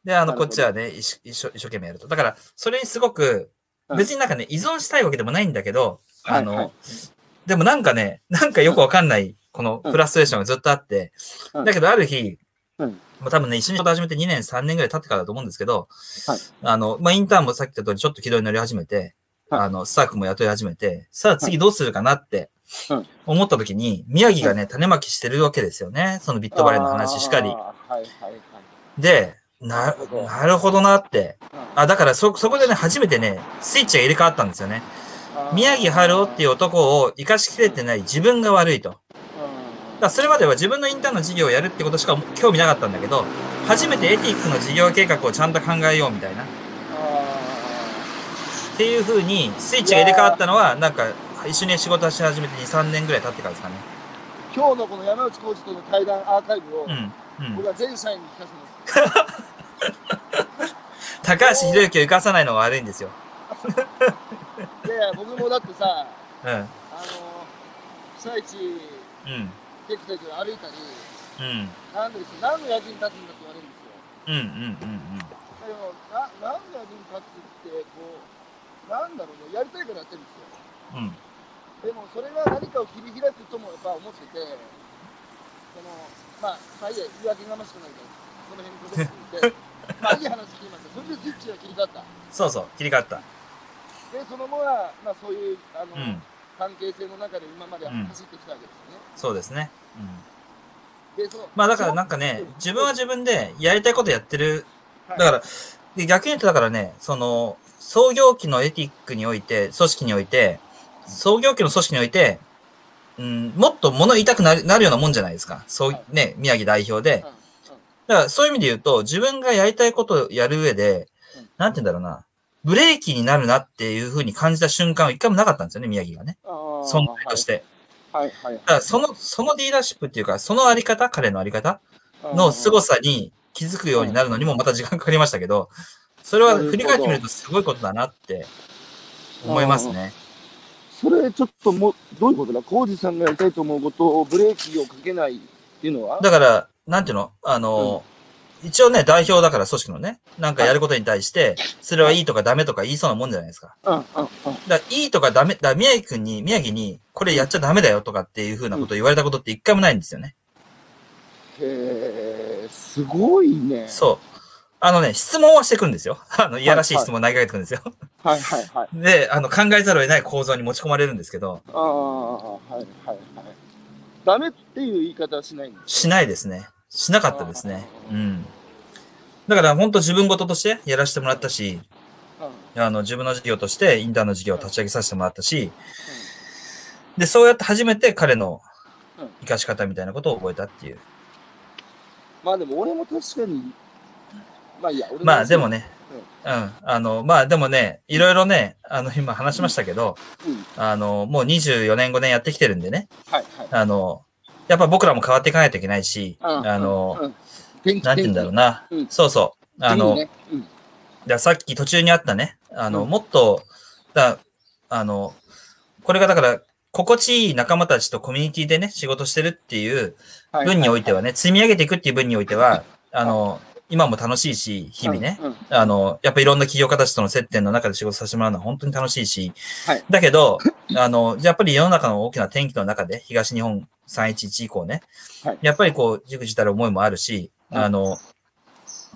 Speaker 2: で、あの、
Speaker 1: なる
Speaker 2: こ
Speaker 1: ほど
Speaker 2: っちはね、一緒一生一生懸命やると。だから、それにすごく、
Speaker 1: うん
Speaker 2: 別になんかね、依存したいわけでもないんだけど、
Speaker 1: はい
Speaker 2: あの、
Speaker 1: はい
Speaker 2: でもなんかね、なんかよくわかんない、この
Speaker 1: うん
Speaker 2: フラストレーションがずっとあって、
Speaker 1: うん
Speaker 2: だけどある日、
Speaker 1: うん
Speaker 2: まあ多分ね、一緒に仕事始めて2年、3年ぐらい経ってからだと思うんですけど、
Speaker 1: はい
Speaker 2: あの、まあインターンもさっき言った通りちょっと軌道に乗り始めて、
Speaker 1: はい
Speaker 2: あの、スタッフも雇い始めて、さあ次どうするかなって
Speaker 1: うん
Speaker 2: 思った時に、宮城がね、種まきしてるわけですよね。そのビットバレーの話しかり
Speaker 1: あー。はいはいはい
Speaker 2: で、な、なるほどなって。あ、だからそ、そこでね、初めてね、スイッチが入れ替わったんですよね。
Speaker 1: あー
Speaker 2: 宮城春夫っていうう男を生かしきれてない自分が悪いと。だからそれまでは自分のインターンの事業をやるってことしか興味なかったんだけど、初めてエティックの事業計画をちゃんと考えようみたいな。っていう風に、スイッチが入れ替わったのは、なんか、一緒に仕事し始めて2、3年ぐらい経ってからですかね。
Speaker 1: ん今日のこの山内浩二との対談アーカイブを、
Speaker 2: うん。うん
Speaker 1: 僕。は全社員に聞かせてます
Speaker 2: 高橋博之を生かさないのが悪いんですよ。
Speaker 1: で僕もだってさ
Speaker 2: うん。うん。
Speaker 1: あの被災地テクテク歩いたり
Speaker 2: うん。
Speaker 1: なんでですよ何の役に立つんだって言われるんですよ
Speaker 2: うん。うん。うん。
Speaker 1: でもな何の役に立つってこうなんだろうねやりたいからやってるんですよ
Speaker 2: うん。うん。
Speaker 1: でもそれが何かを切り開くともやっぱ思ってて、そのまあ、まあいいや、言い訳がましくないから、その辺にことってい て、まあいい話聞きました。それでスイッチが切り替わった。
Speaker 2: そうそう。切り替わった。
Speaker 1: で、その後は、まあそういうあの、
Speaker 2: うん。
Speaker 1: 関係性の中で今まで
Speaker 2: うん
Speaker 1: 走ってきたわけで
Speaker 2: そうですね。う
Speaker 1: す
Speaker 2: ん。
Speaker 1: よね。で、その
Speaker 2: まあだからなんかね、自分は自分でやりたいことやってる。
Speaker 1: はい
Speaker 2: だから、で逆に言うとだからね、その、創業期のエティックにおいて、組織において、創業期の組織において、うん、もっと物言いたくなるなるようなもんじゃないですか。そう
Speaker 1: はい、
Speaker 2: ね、宮城代表で
Speaker 1: うん。うん
Speaker 2: だからそういう意味で言うと、自分がやりたいことをやる上で
Speaker 1: うん、
Speaker 2: なんて言うんだろうな、ブレーキになるなっていうふうに感じた瞬間は一回もなかったんですよね、宮城がね。
Speaker 1: あー
Speaker 2: 存在として。
Speaker 1: はいはい
Speaker 2: だからその、そのリーダーシップっていうか、そのあり方、彼のあり方
Speaker 1: はい
Speaker 2: の凄
Speaker 1: さ
Speaker 2: さに気づくようになるのにもまた時間かかりましたけど、それは振り返ってみるとすごいことだなって思いますね。
Speaker 1: それちょっともうどういうことだ浩二さんがやりたいと思うことをブレーキをかけないっていうのは
Speaker 2: だから、なんていうのあの、一応ね、代表だから組織のね、なんかやることに対して、それはいいとかダメとか言いそうなもんじゃないですか。
Speaker 1: うんうんうん
Speaker 2: だからいいとかダメ、だから宮城くんに、宮城に、これやっちゃダメだよとかっていうふうなことを言われたことって一回もないんですよね。
Speaker 1: へえすごいね
Speaker 2: そう。あのね、質問はしてくんですよ。あの、いやらしい質問を投げかけてくんですよ。
Speaker 1: はいはいはい
Speaker 2: で、あの、考えざるを得ない構造に持ち込まれるんですけど、
Speaker 1: ああ、はいはいはい。ダメっていう言い方はしないんです。
Speaker 2: しないですね。しなかったですね。
Speaker 1: あ
Speaker 2: う
Speaker 1: ー
Speaker 2: ん。だから本当自分事としてやらせてもらったし、
Speaker 1: うん。
Speaker 2: あの自分の事業としてインターンの事業を立ち上げさせてもらったし、で、そうやって初めて彼の
Speaker 1: うん
Speaker 2: 生かし方みたいなことを覚えたっていう。
Speaker 1: まあでも俺も確かに、まあいいや、俺
Speaker 2: まあでも、ね、うん。あの、まあでもね、いろいろね、あの、今話しましたけど、
Speaker 1: うん。
Speaker 2: あの、もう24年5年やってきてるんでね、
Speaker 1: はいはい。
Speaker 2: あの、やっぱ僕らも変わっていかないといけないし、
Speaker 1: うん
Speaker 2: あの、、
Speaker 1: うん天気
Speaker 2: なんて言うんだろうな。
Speaker 1: うん
Speaker 2: そうそう。あの、
Speaker 1: 天気いいね
Speaker 2: だからさっき途中にあったね、あの、
Speaker 1: うん
Speaker 2: もっと、だあの、これがだから、心地いい仲間たちとコミュニティでね、仕事してるっていう
Speaker 1: うんは
Speaker 2: 分において
Speaker 1: は、
Speaker 2: はね、積み上げていくっていう分においては、あの、今も楽しいし、日々ね、
Speaker 1: うん。うん
Speaker 2: あの、やっぱいろんな企業家たちとの接点の中で仕事させてもらうのは本当に楽しいし、
Speaker 1: はい
Speaker 2: だけど、あの、やっぱり世の中の大きな転機の中で、東日本311以降ね、
Speaker 1: はい
Speaker 2: やっぱりこう、じくじたる思いもあるし、
Speaker 1: うん
Speaker 2: あの、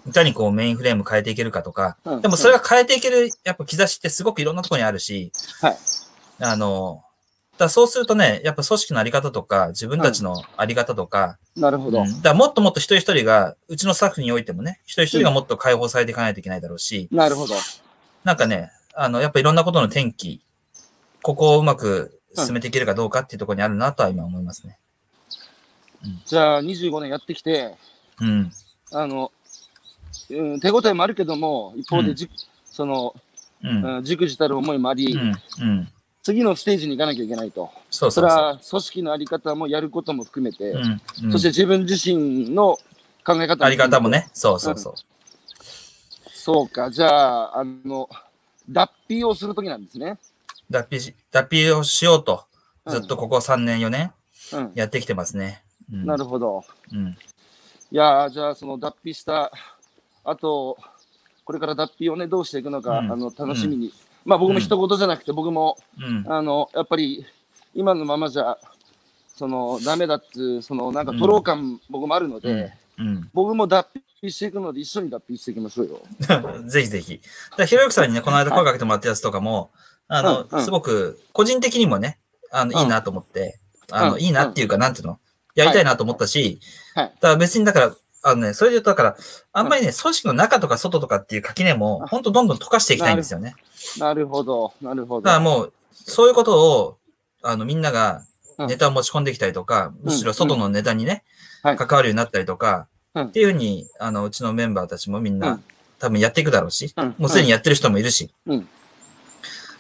Speaker 2: いかにこうメインフレーム変えていけるかとか、
Speaker 1: うん
Speaker 2: でもそれが変えていける、やっぱ兆しってすごくいろんなところにあるし、
Speaker 1: はい
Speaker 2: あの、だからそうするとね、やっぱ組織のあり方とか、自分たちのあり方とか、
Speaker 1: なるほど。
Speaker 2: うんだからもっともっと一人一人が、うちのスタッフにおいてもね、一人一人がもっと解放されていかないといけないだろうし、
Speaker 1: なるほど。
Speaker 2: なんかね、あの、やっぱいろんなことの転機、ここをうまく進めていけるかどうかっていうところにあるなとは今思いますね。
Speaker 1: じゃあ25年やってきて、
Speaker 2: うん。
Speaker 1: あの、うん、手応えもあるけども、一方でじ、その、
Speaker 2: うん。
Speaker 1: うん、じくじたる思いもあり、
Speaker 2: うん。うん。
Speaker 1: 次のステージに行かなきゃいけないと。
Speaker 2: そう
Speaker 1: そ
Speaker 2: そう
Speaker 1: れ
Speaker 2: そう。
Speaker 1: は組織のあり方もやることも含めて、
Speaker 2: うんうん
Speaker 1: そして自分自身の考え方
Speaker 2: あり方も。ね。そうそうそう。
Speaker 1: そうか、じゃあ、あの、脱皮をするときなんですね。
Speaker 2: 脱皮し、脱皮をしようと、
Speaker 1: うん
Speaker 2: ずっとここ3年、4年、
Speaker 1: うん。
Speaker 2: やってきてますね。うん、
Speaker 1: なるほど。
Speaker 2: うん。
Speaker 1: いやーじゃあ、その脱皮した後、これから脱皮をね、どうしていくのか、
Speaker 2: うん
Speaker 1: あの、楽しみに。まあ、僕も一言じゃなくて、僕も、
Speaker 2: うん。
Speaker 1: あの、やっぱり、今のままじゃ、その、ダメだっつう、その、なんか、トロー感、僕もあるので、
Speaker 2: うん。
Speaker 1: 僕も脱皮していくので、一緒に脱皮していきましょうよ。
Speaker 2: ぜひぜひ。だからひろゆきさんにね、この間声かけてもらったやつとかも、あの、
Speaker 1: うんうん
Speaker 2: すごく、個人的にもね、あの、
Speaker 1: うん
Speaker 2: いいなと思って、あの、
Speaker 1: うん
Speaker 2: いいなっていうか、なんていうのやりたいなと思ったし、
Speaker 1: はい
Speaker 2: だから別にだから、あのね、それで言うと、だから、あんまりね、組織の中とか外とかっていう垣根も、ほんとどんどん溶かしていきたいんですよね。
Speaker 1: なるほど、なるほど。
Speaker 2: だからもう、そういうことを、あの、みんなが
Speaker 1: うん
Speaker 2: ネタを持ち込んできたりとか、むしろ外のネタにね、
Speaker 1: はい
Speaker 2: 関わるようになったりとか、
Speaker 1: うん
Speaker 2: っていうふうに、あの、うちのメンバーたちもみんな、
Speaker 1: うん
Speaker 2: 多分やっていくだろうし、
Speaker 1: うん
Speaker 2: もうすでにやってる人もいるし、
Speaker 1: うん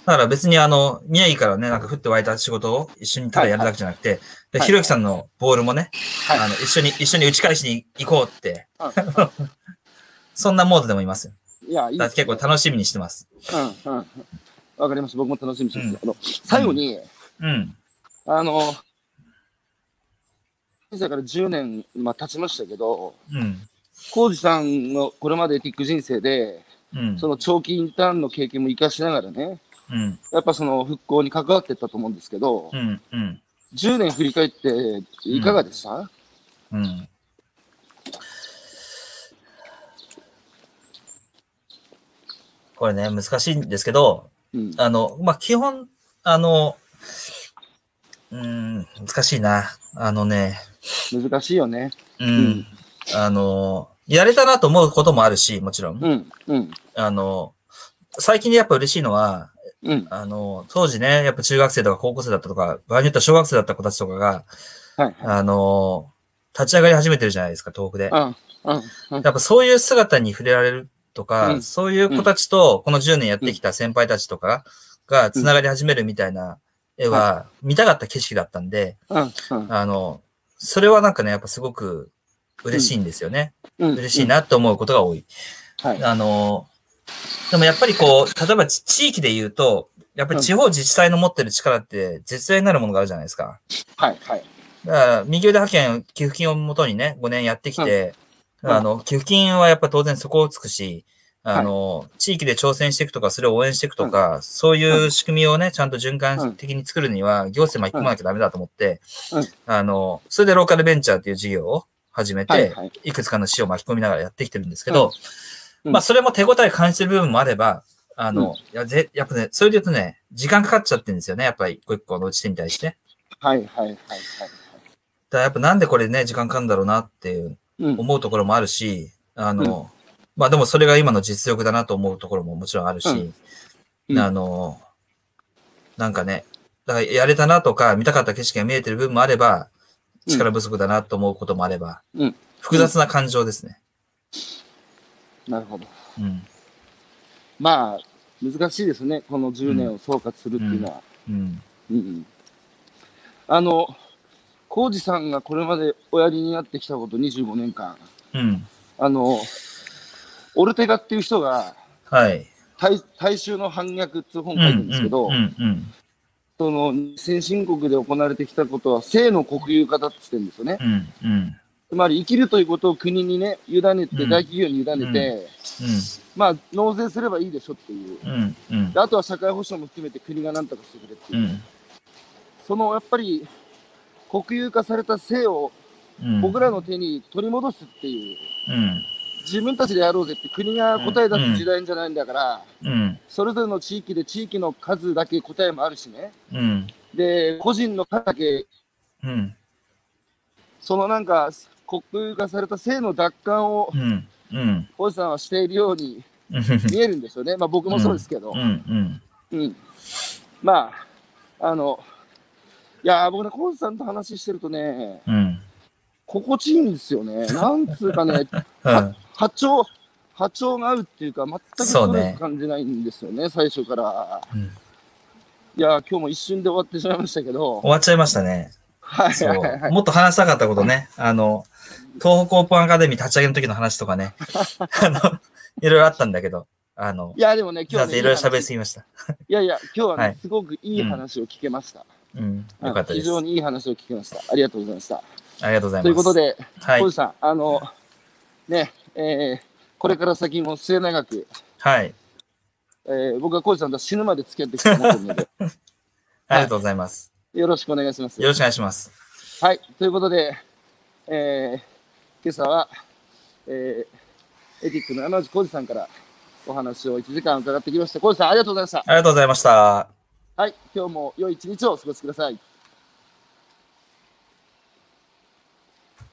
Speaker 2: だから別にあの、宮城からね、なんか降って湧いた仕事を一緒にただやるだけじゃなくて、で
Speaker 1: はい
Speaker 2: ひろゆきさんのボールもね、
Speaker 1: はい
Speaker 2: あの、一緒に、一緒に打ち返しに行こうって、
Speaker 1: うん
Speaker 2: そんなモードでもいますよ。
Speaker 1: いや、いい
Speaker 2: だ
Speaker 1: で
Speaker 2: っ
Speaker 1: す
Speaker 2: て結
Speaker 1: ね
Speaker 2: 構楽しみにしてます。
Speaker 1: うんうんわかりました。僕も楽しみにしてます。あの最後に、
Speaker 2: うん。
Speaker 1: あの、人生から10年、まあ、経ちましたけど、
Speaker 2: うん。
Speaker 1: 浩二さんのこれまでエティック人生で、
Speaker 2: うん。
Speaker 1: その長期インターンの経験も生かしながらね、
Speaker 2: うん。
Speaker 1: やっぱその復興に関わってったと思うんですけど、
Speaker 2: うん。うん。
Speaker 1: 10年振り返っていかがでした、
Speaker 2: うんこれね、難しいんですけど、
Speaker 1: うん
Speaker 2: あの、まあ、基本、あの、うーん、難しいな。あのね、
Speaker 1: 難しいよね。
Speaker 2: うん、
Speaker 1: ん
Speaker 2: あの、やれたなと思うこともあるし、もちろん。
Speaker 1: うん、うん、
Speaker 2: あの、最近でやっぱ嬉しいのは、
Speaker 1: うん。
Speaker 2: あの、当時ね、やっぱ中学生とか高校生だったとか、場合によっては小学生だった子たちとかが、
Speaker 1: はい、はい。
Speaker 2: あの、立ち上がり始めてるじゃないですか、遠くで。
Speaker 1: うん、うん、うん。
Speaker 2: やっぱそういう姿に触れられるとか、
Speaker 1: うん
Speaker 2: そういう子たちと、この10年やってきた先輩たちとかが繋がり始めるみたいな絵は、見たかった景色だったんで、
Speaker 1: うん、うん
Speaker 2: あの、それはなんかね、やっぱすごく嬉しいんですよね。
Speaker 1: うん。
Speaker 2: 嬉しいなと思うことが多い。
Speaker 1: うん。はい。
Speaker 2: あの、でもやっぱりこう、例えばち地域で言うと、やっぱり地方自治体の持ってる力って絶大なるものがあるじゃないですか。
Speaker 1: はい、はい。
Speaker 2: だから、右腕派遣、寄付金をもとにね、5年やってきて、
Speaker 1: うん
Speaker 2: あの、寄付金はやっぱ当然底をつくし、あの、地域で挑戦していくとか、それを応援していくとか、そういう仕組みをね、ちゃんと循環的に作るには、行政巻き込まなきゃダメだと思って、
Speaker 1: うん
Speaker 2: あの、それでローカルベンチャーっていう事業を始めて、
Speaker 1: はいい、はい。
Speaker 2: くつかの市を巻き込みながらやってきてるんですけど、
Speaker 1: うん
Speaker 2: まあ、それも手応え感じてる部分もあれば、あ
Speaker 1: う
Speaker 2: の、
Speaker 1: ん
Speaker 2: いやぜやっぱね、それで言うとね、時間かかっちゃってるんですよね、やっぱり一個一個の打ち手に対して。
Speaker 1: はい、はい、はい。はい
Speaker 2: だからやっぱなんでこれね、時間かかるんだろうなっていう
Speaker 1: うん、
Speaker 2: 思うところもあるし、あの、まあでもそれが今の実力だなと思うところももちろんあるし、
Speaker 1: うんうん
Speaker 2: あの、なんかね、だからやれたなとか見たかった景色が見えてる部分もあれば、
Speaker 1: うん
Speaker 2: 力不足だなと思うこともあれば、
Speaker 1: うん
Speaker 2: 複雑な感情ですね。
Speaker 1: なるほど。
Speaker 2: うん。
Speaker 1: まあ、難しいですね、この10年を総括するっていうのは。
Speaker 2: うん。
Speaker 1: うんうんあの、浩二さんがこれまでおやりになってきたこと25年間、
Speaker 2: うん。
Speaker 1: あの、オルテガっていう人が、
Speaker 2: はい。
Speaker 1: 大大衆の反逆っていう本
Speaker 2: う
Speaker 1: を書いてるんですけど、
Speaker 2: うん。うん。
Speaker 1: その先進国で行われてきたことは性の国有化だって言ってるんですよね。
Speaker 2: うん。うん。うん。
Speaker 1: つまり生きるということを国にね、委ねて、
Speaker 2: うん
Speaker 1: 大企業に委ねて、
Speaker 2: う
Speaker 1: まあ、納税すればいいでしょっていう。
Speaker 2: ん。うん
Speaker 1: で。あとは社会保障も含めて国が何とかしてくれっていうう。
Speaker 2: ん。
Speaker 1: そのやっぱり国有化された性を
Speaker 2: うん。
Speaker 1: 僕らの手に取り戻すっていう、
Speaker 2: うん。
Speaker 1: 自分たちでやろうぜって国が答え出す時代じゃないんだから、
Speaker 2: うん。
Speaker 1: それぞれの地域で地域の数だけ答えもあるしね。
Speaker 2: うん。
Speaker 1: で、個人の数だけ、
Speaker 2: うん。
Speaker 1: そのなんか国有化された性の奪還を
Speaker 2: うん。うん。
Speaker 1: 星さんはしているように見えるんですよね。まあ僕もそうですけど
Speaker 2: う。ん。うん。
Speaker 1: うん。まあ、あの、いやー僕ね、コウさんと話してるとね、
Speaker 2: うん。
Speaker 1: 心地いいんですよね。なんつうかね、
Speaker 2: うん。
Speaker 1: 波長、波長が合うっていうか、全くスト
Speaker 2: そう
Speaker 1: レ
Speaker 2: ね
Speaker 1: ス感じないんですよね、最初から。
Speaker 2: うん
Speaker 1: いやー、今日も一瞬で終わってしまいましたけど、
Speaker 2: 終わっちゃいましたね。
Speaker 1: はい
Speaker 2: そ
Speaker 1: はいは
Speaker 2: う。
Speaker 1: い。
Speaker 2: もっと話したかったことね。あの、東北オープンアカデミー立ち上げの時の話とか ね。あの、いろいろあったんだけど、あの、
Speaker 1: いやー、でもね、今日は、ね、
Speaker 2: いろいろ喋り
Speaker 1: い
Speaker 2: すぎました。
Speaker 1: いやいや、今日はね、
Speaker 2: はい
Speaker 1: すごくいい話を聞けました。
Speaker 2: うん。
Speaker 1: うん
Speaker 2: よかったで
Speaker 1: 非
Speaker 2: す。
Speaker 1: 常にいい話を聞けました。ありがとうございました。
Speaker 2: ありがとうございます。
Speaker 1: ということ、で、
Speaker 2: はい
Speaker 1: 小。路さん、あの、ね、えーこれから先も末永く、
Speaker 2: はい。
Speaker 1: えー僕は小路さんと死ぬまで付き合っていきたいと思ってるの で、
Speaker 2: ありがとうございます。
Speaker 1: よろしくお願いします
Speaker 2: よ。ろしくお願いします。
Speaker 1: はい、ということで、えー今朝は、えーエティックの山内浩二さんからお話を1時間伺ってきました。浩二さん、ありがとうございました。
Speaker 2: ありがとうございました。
Speaker 1: はい、今日も良い一日をお過ごしください。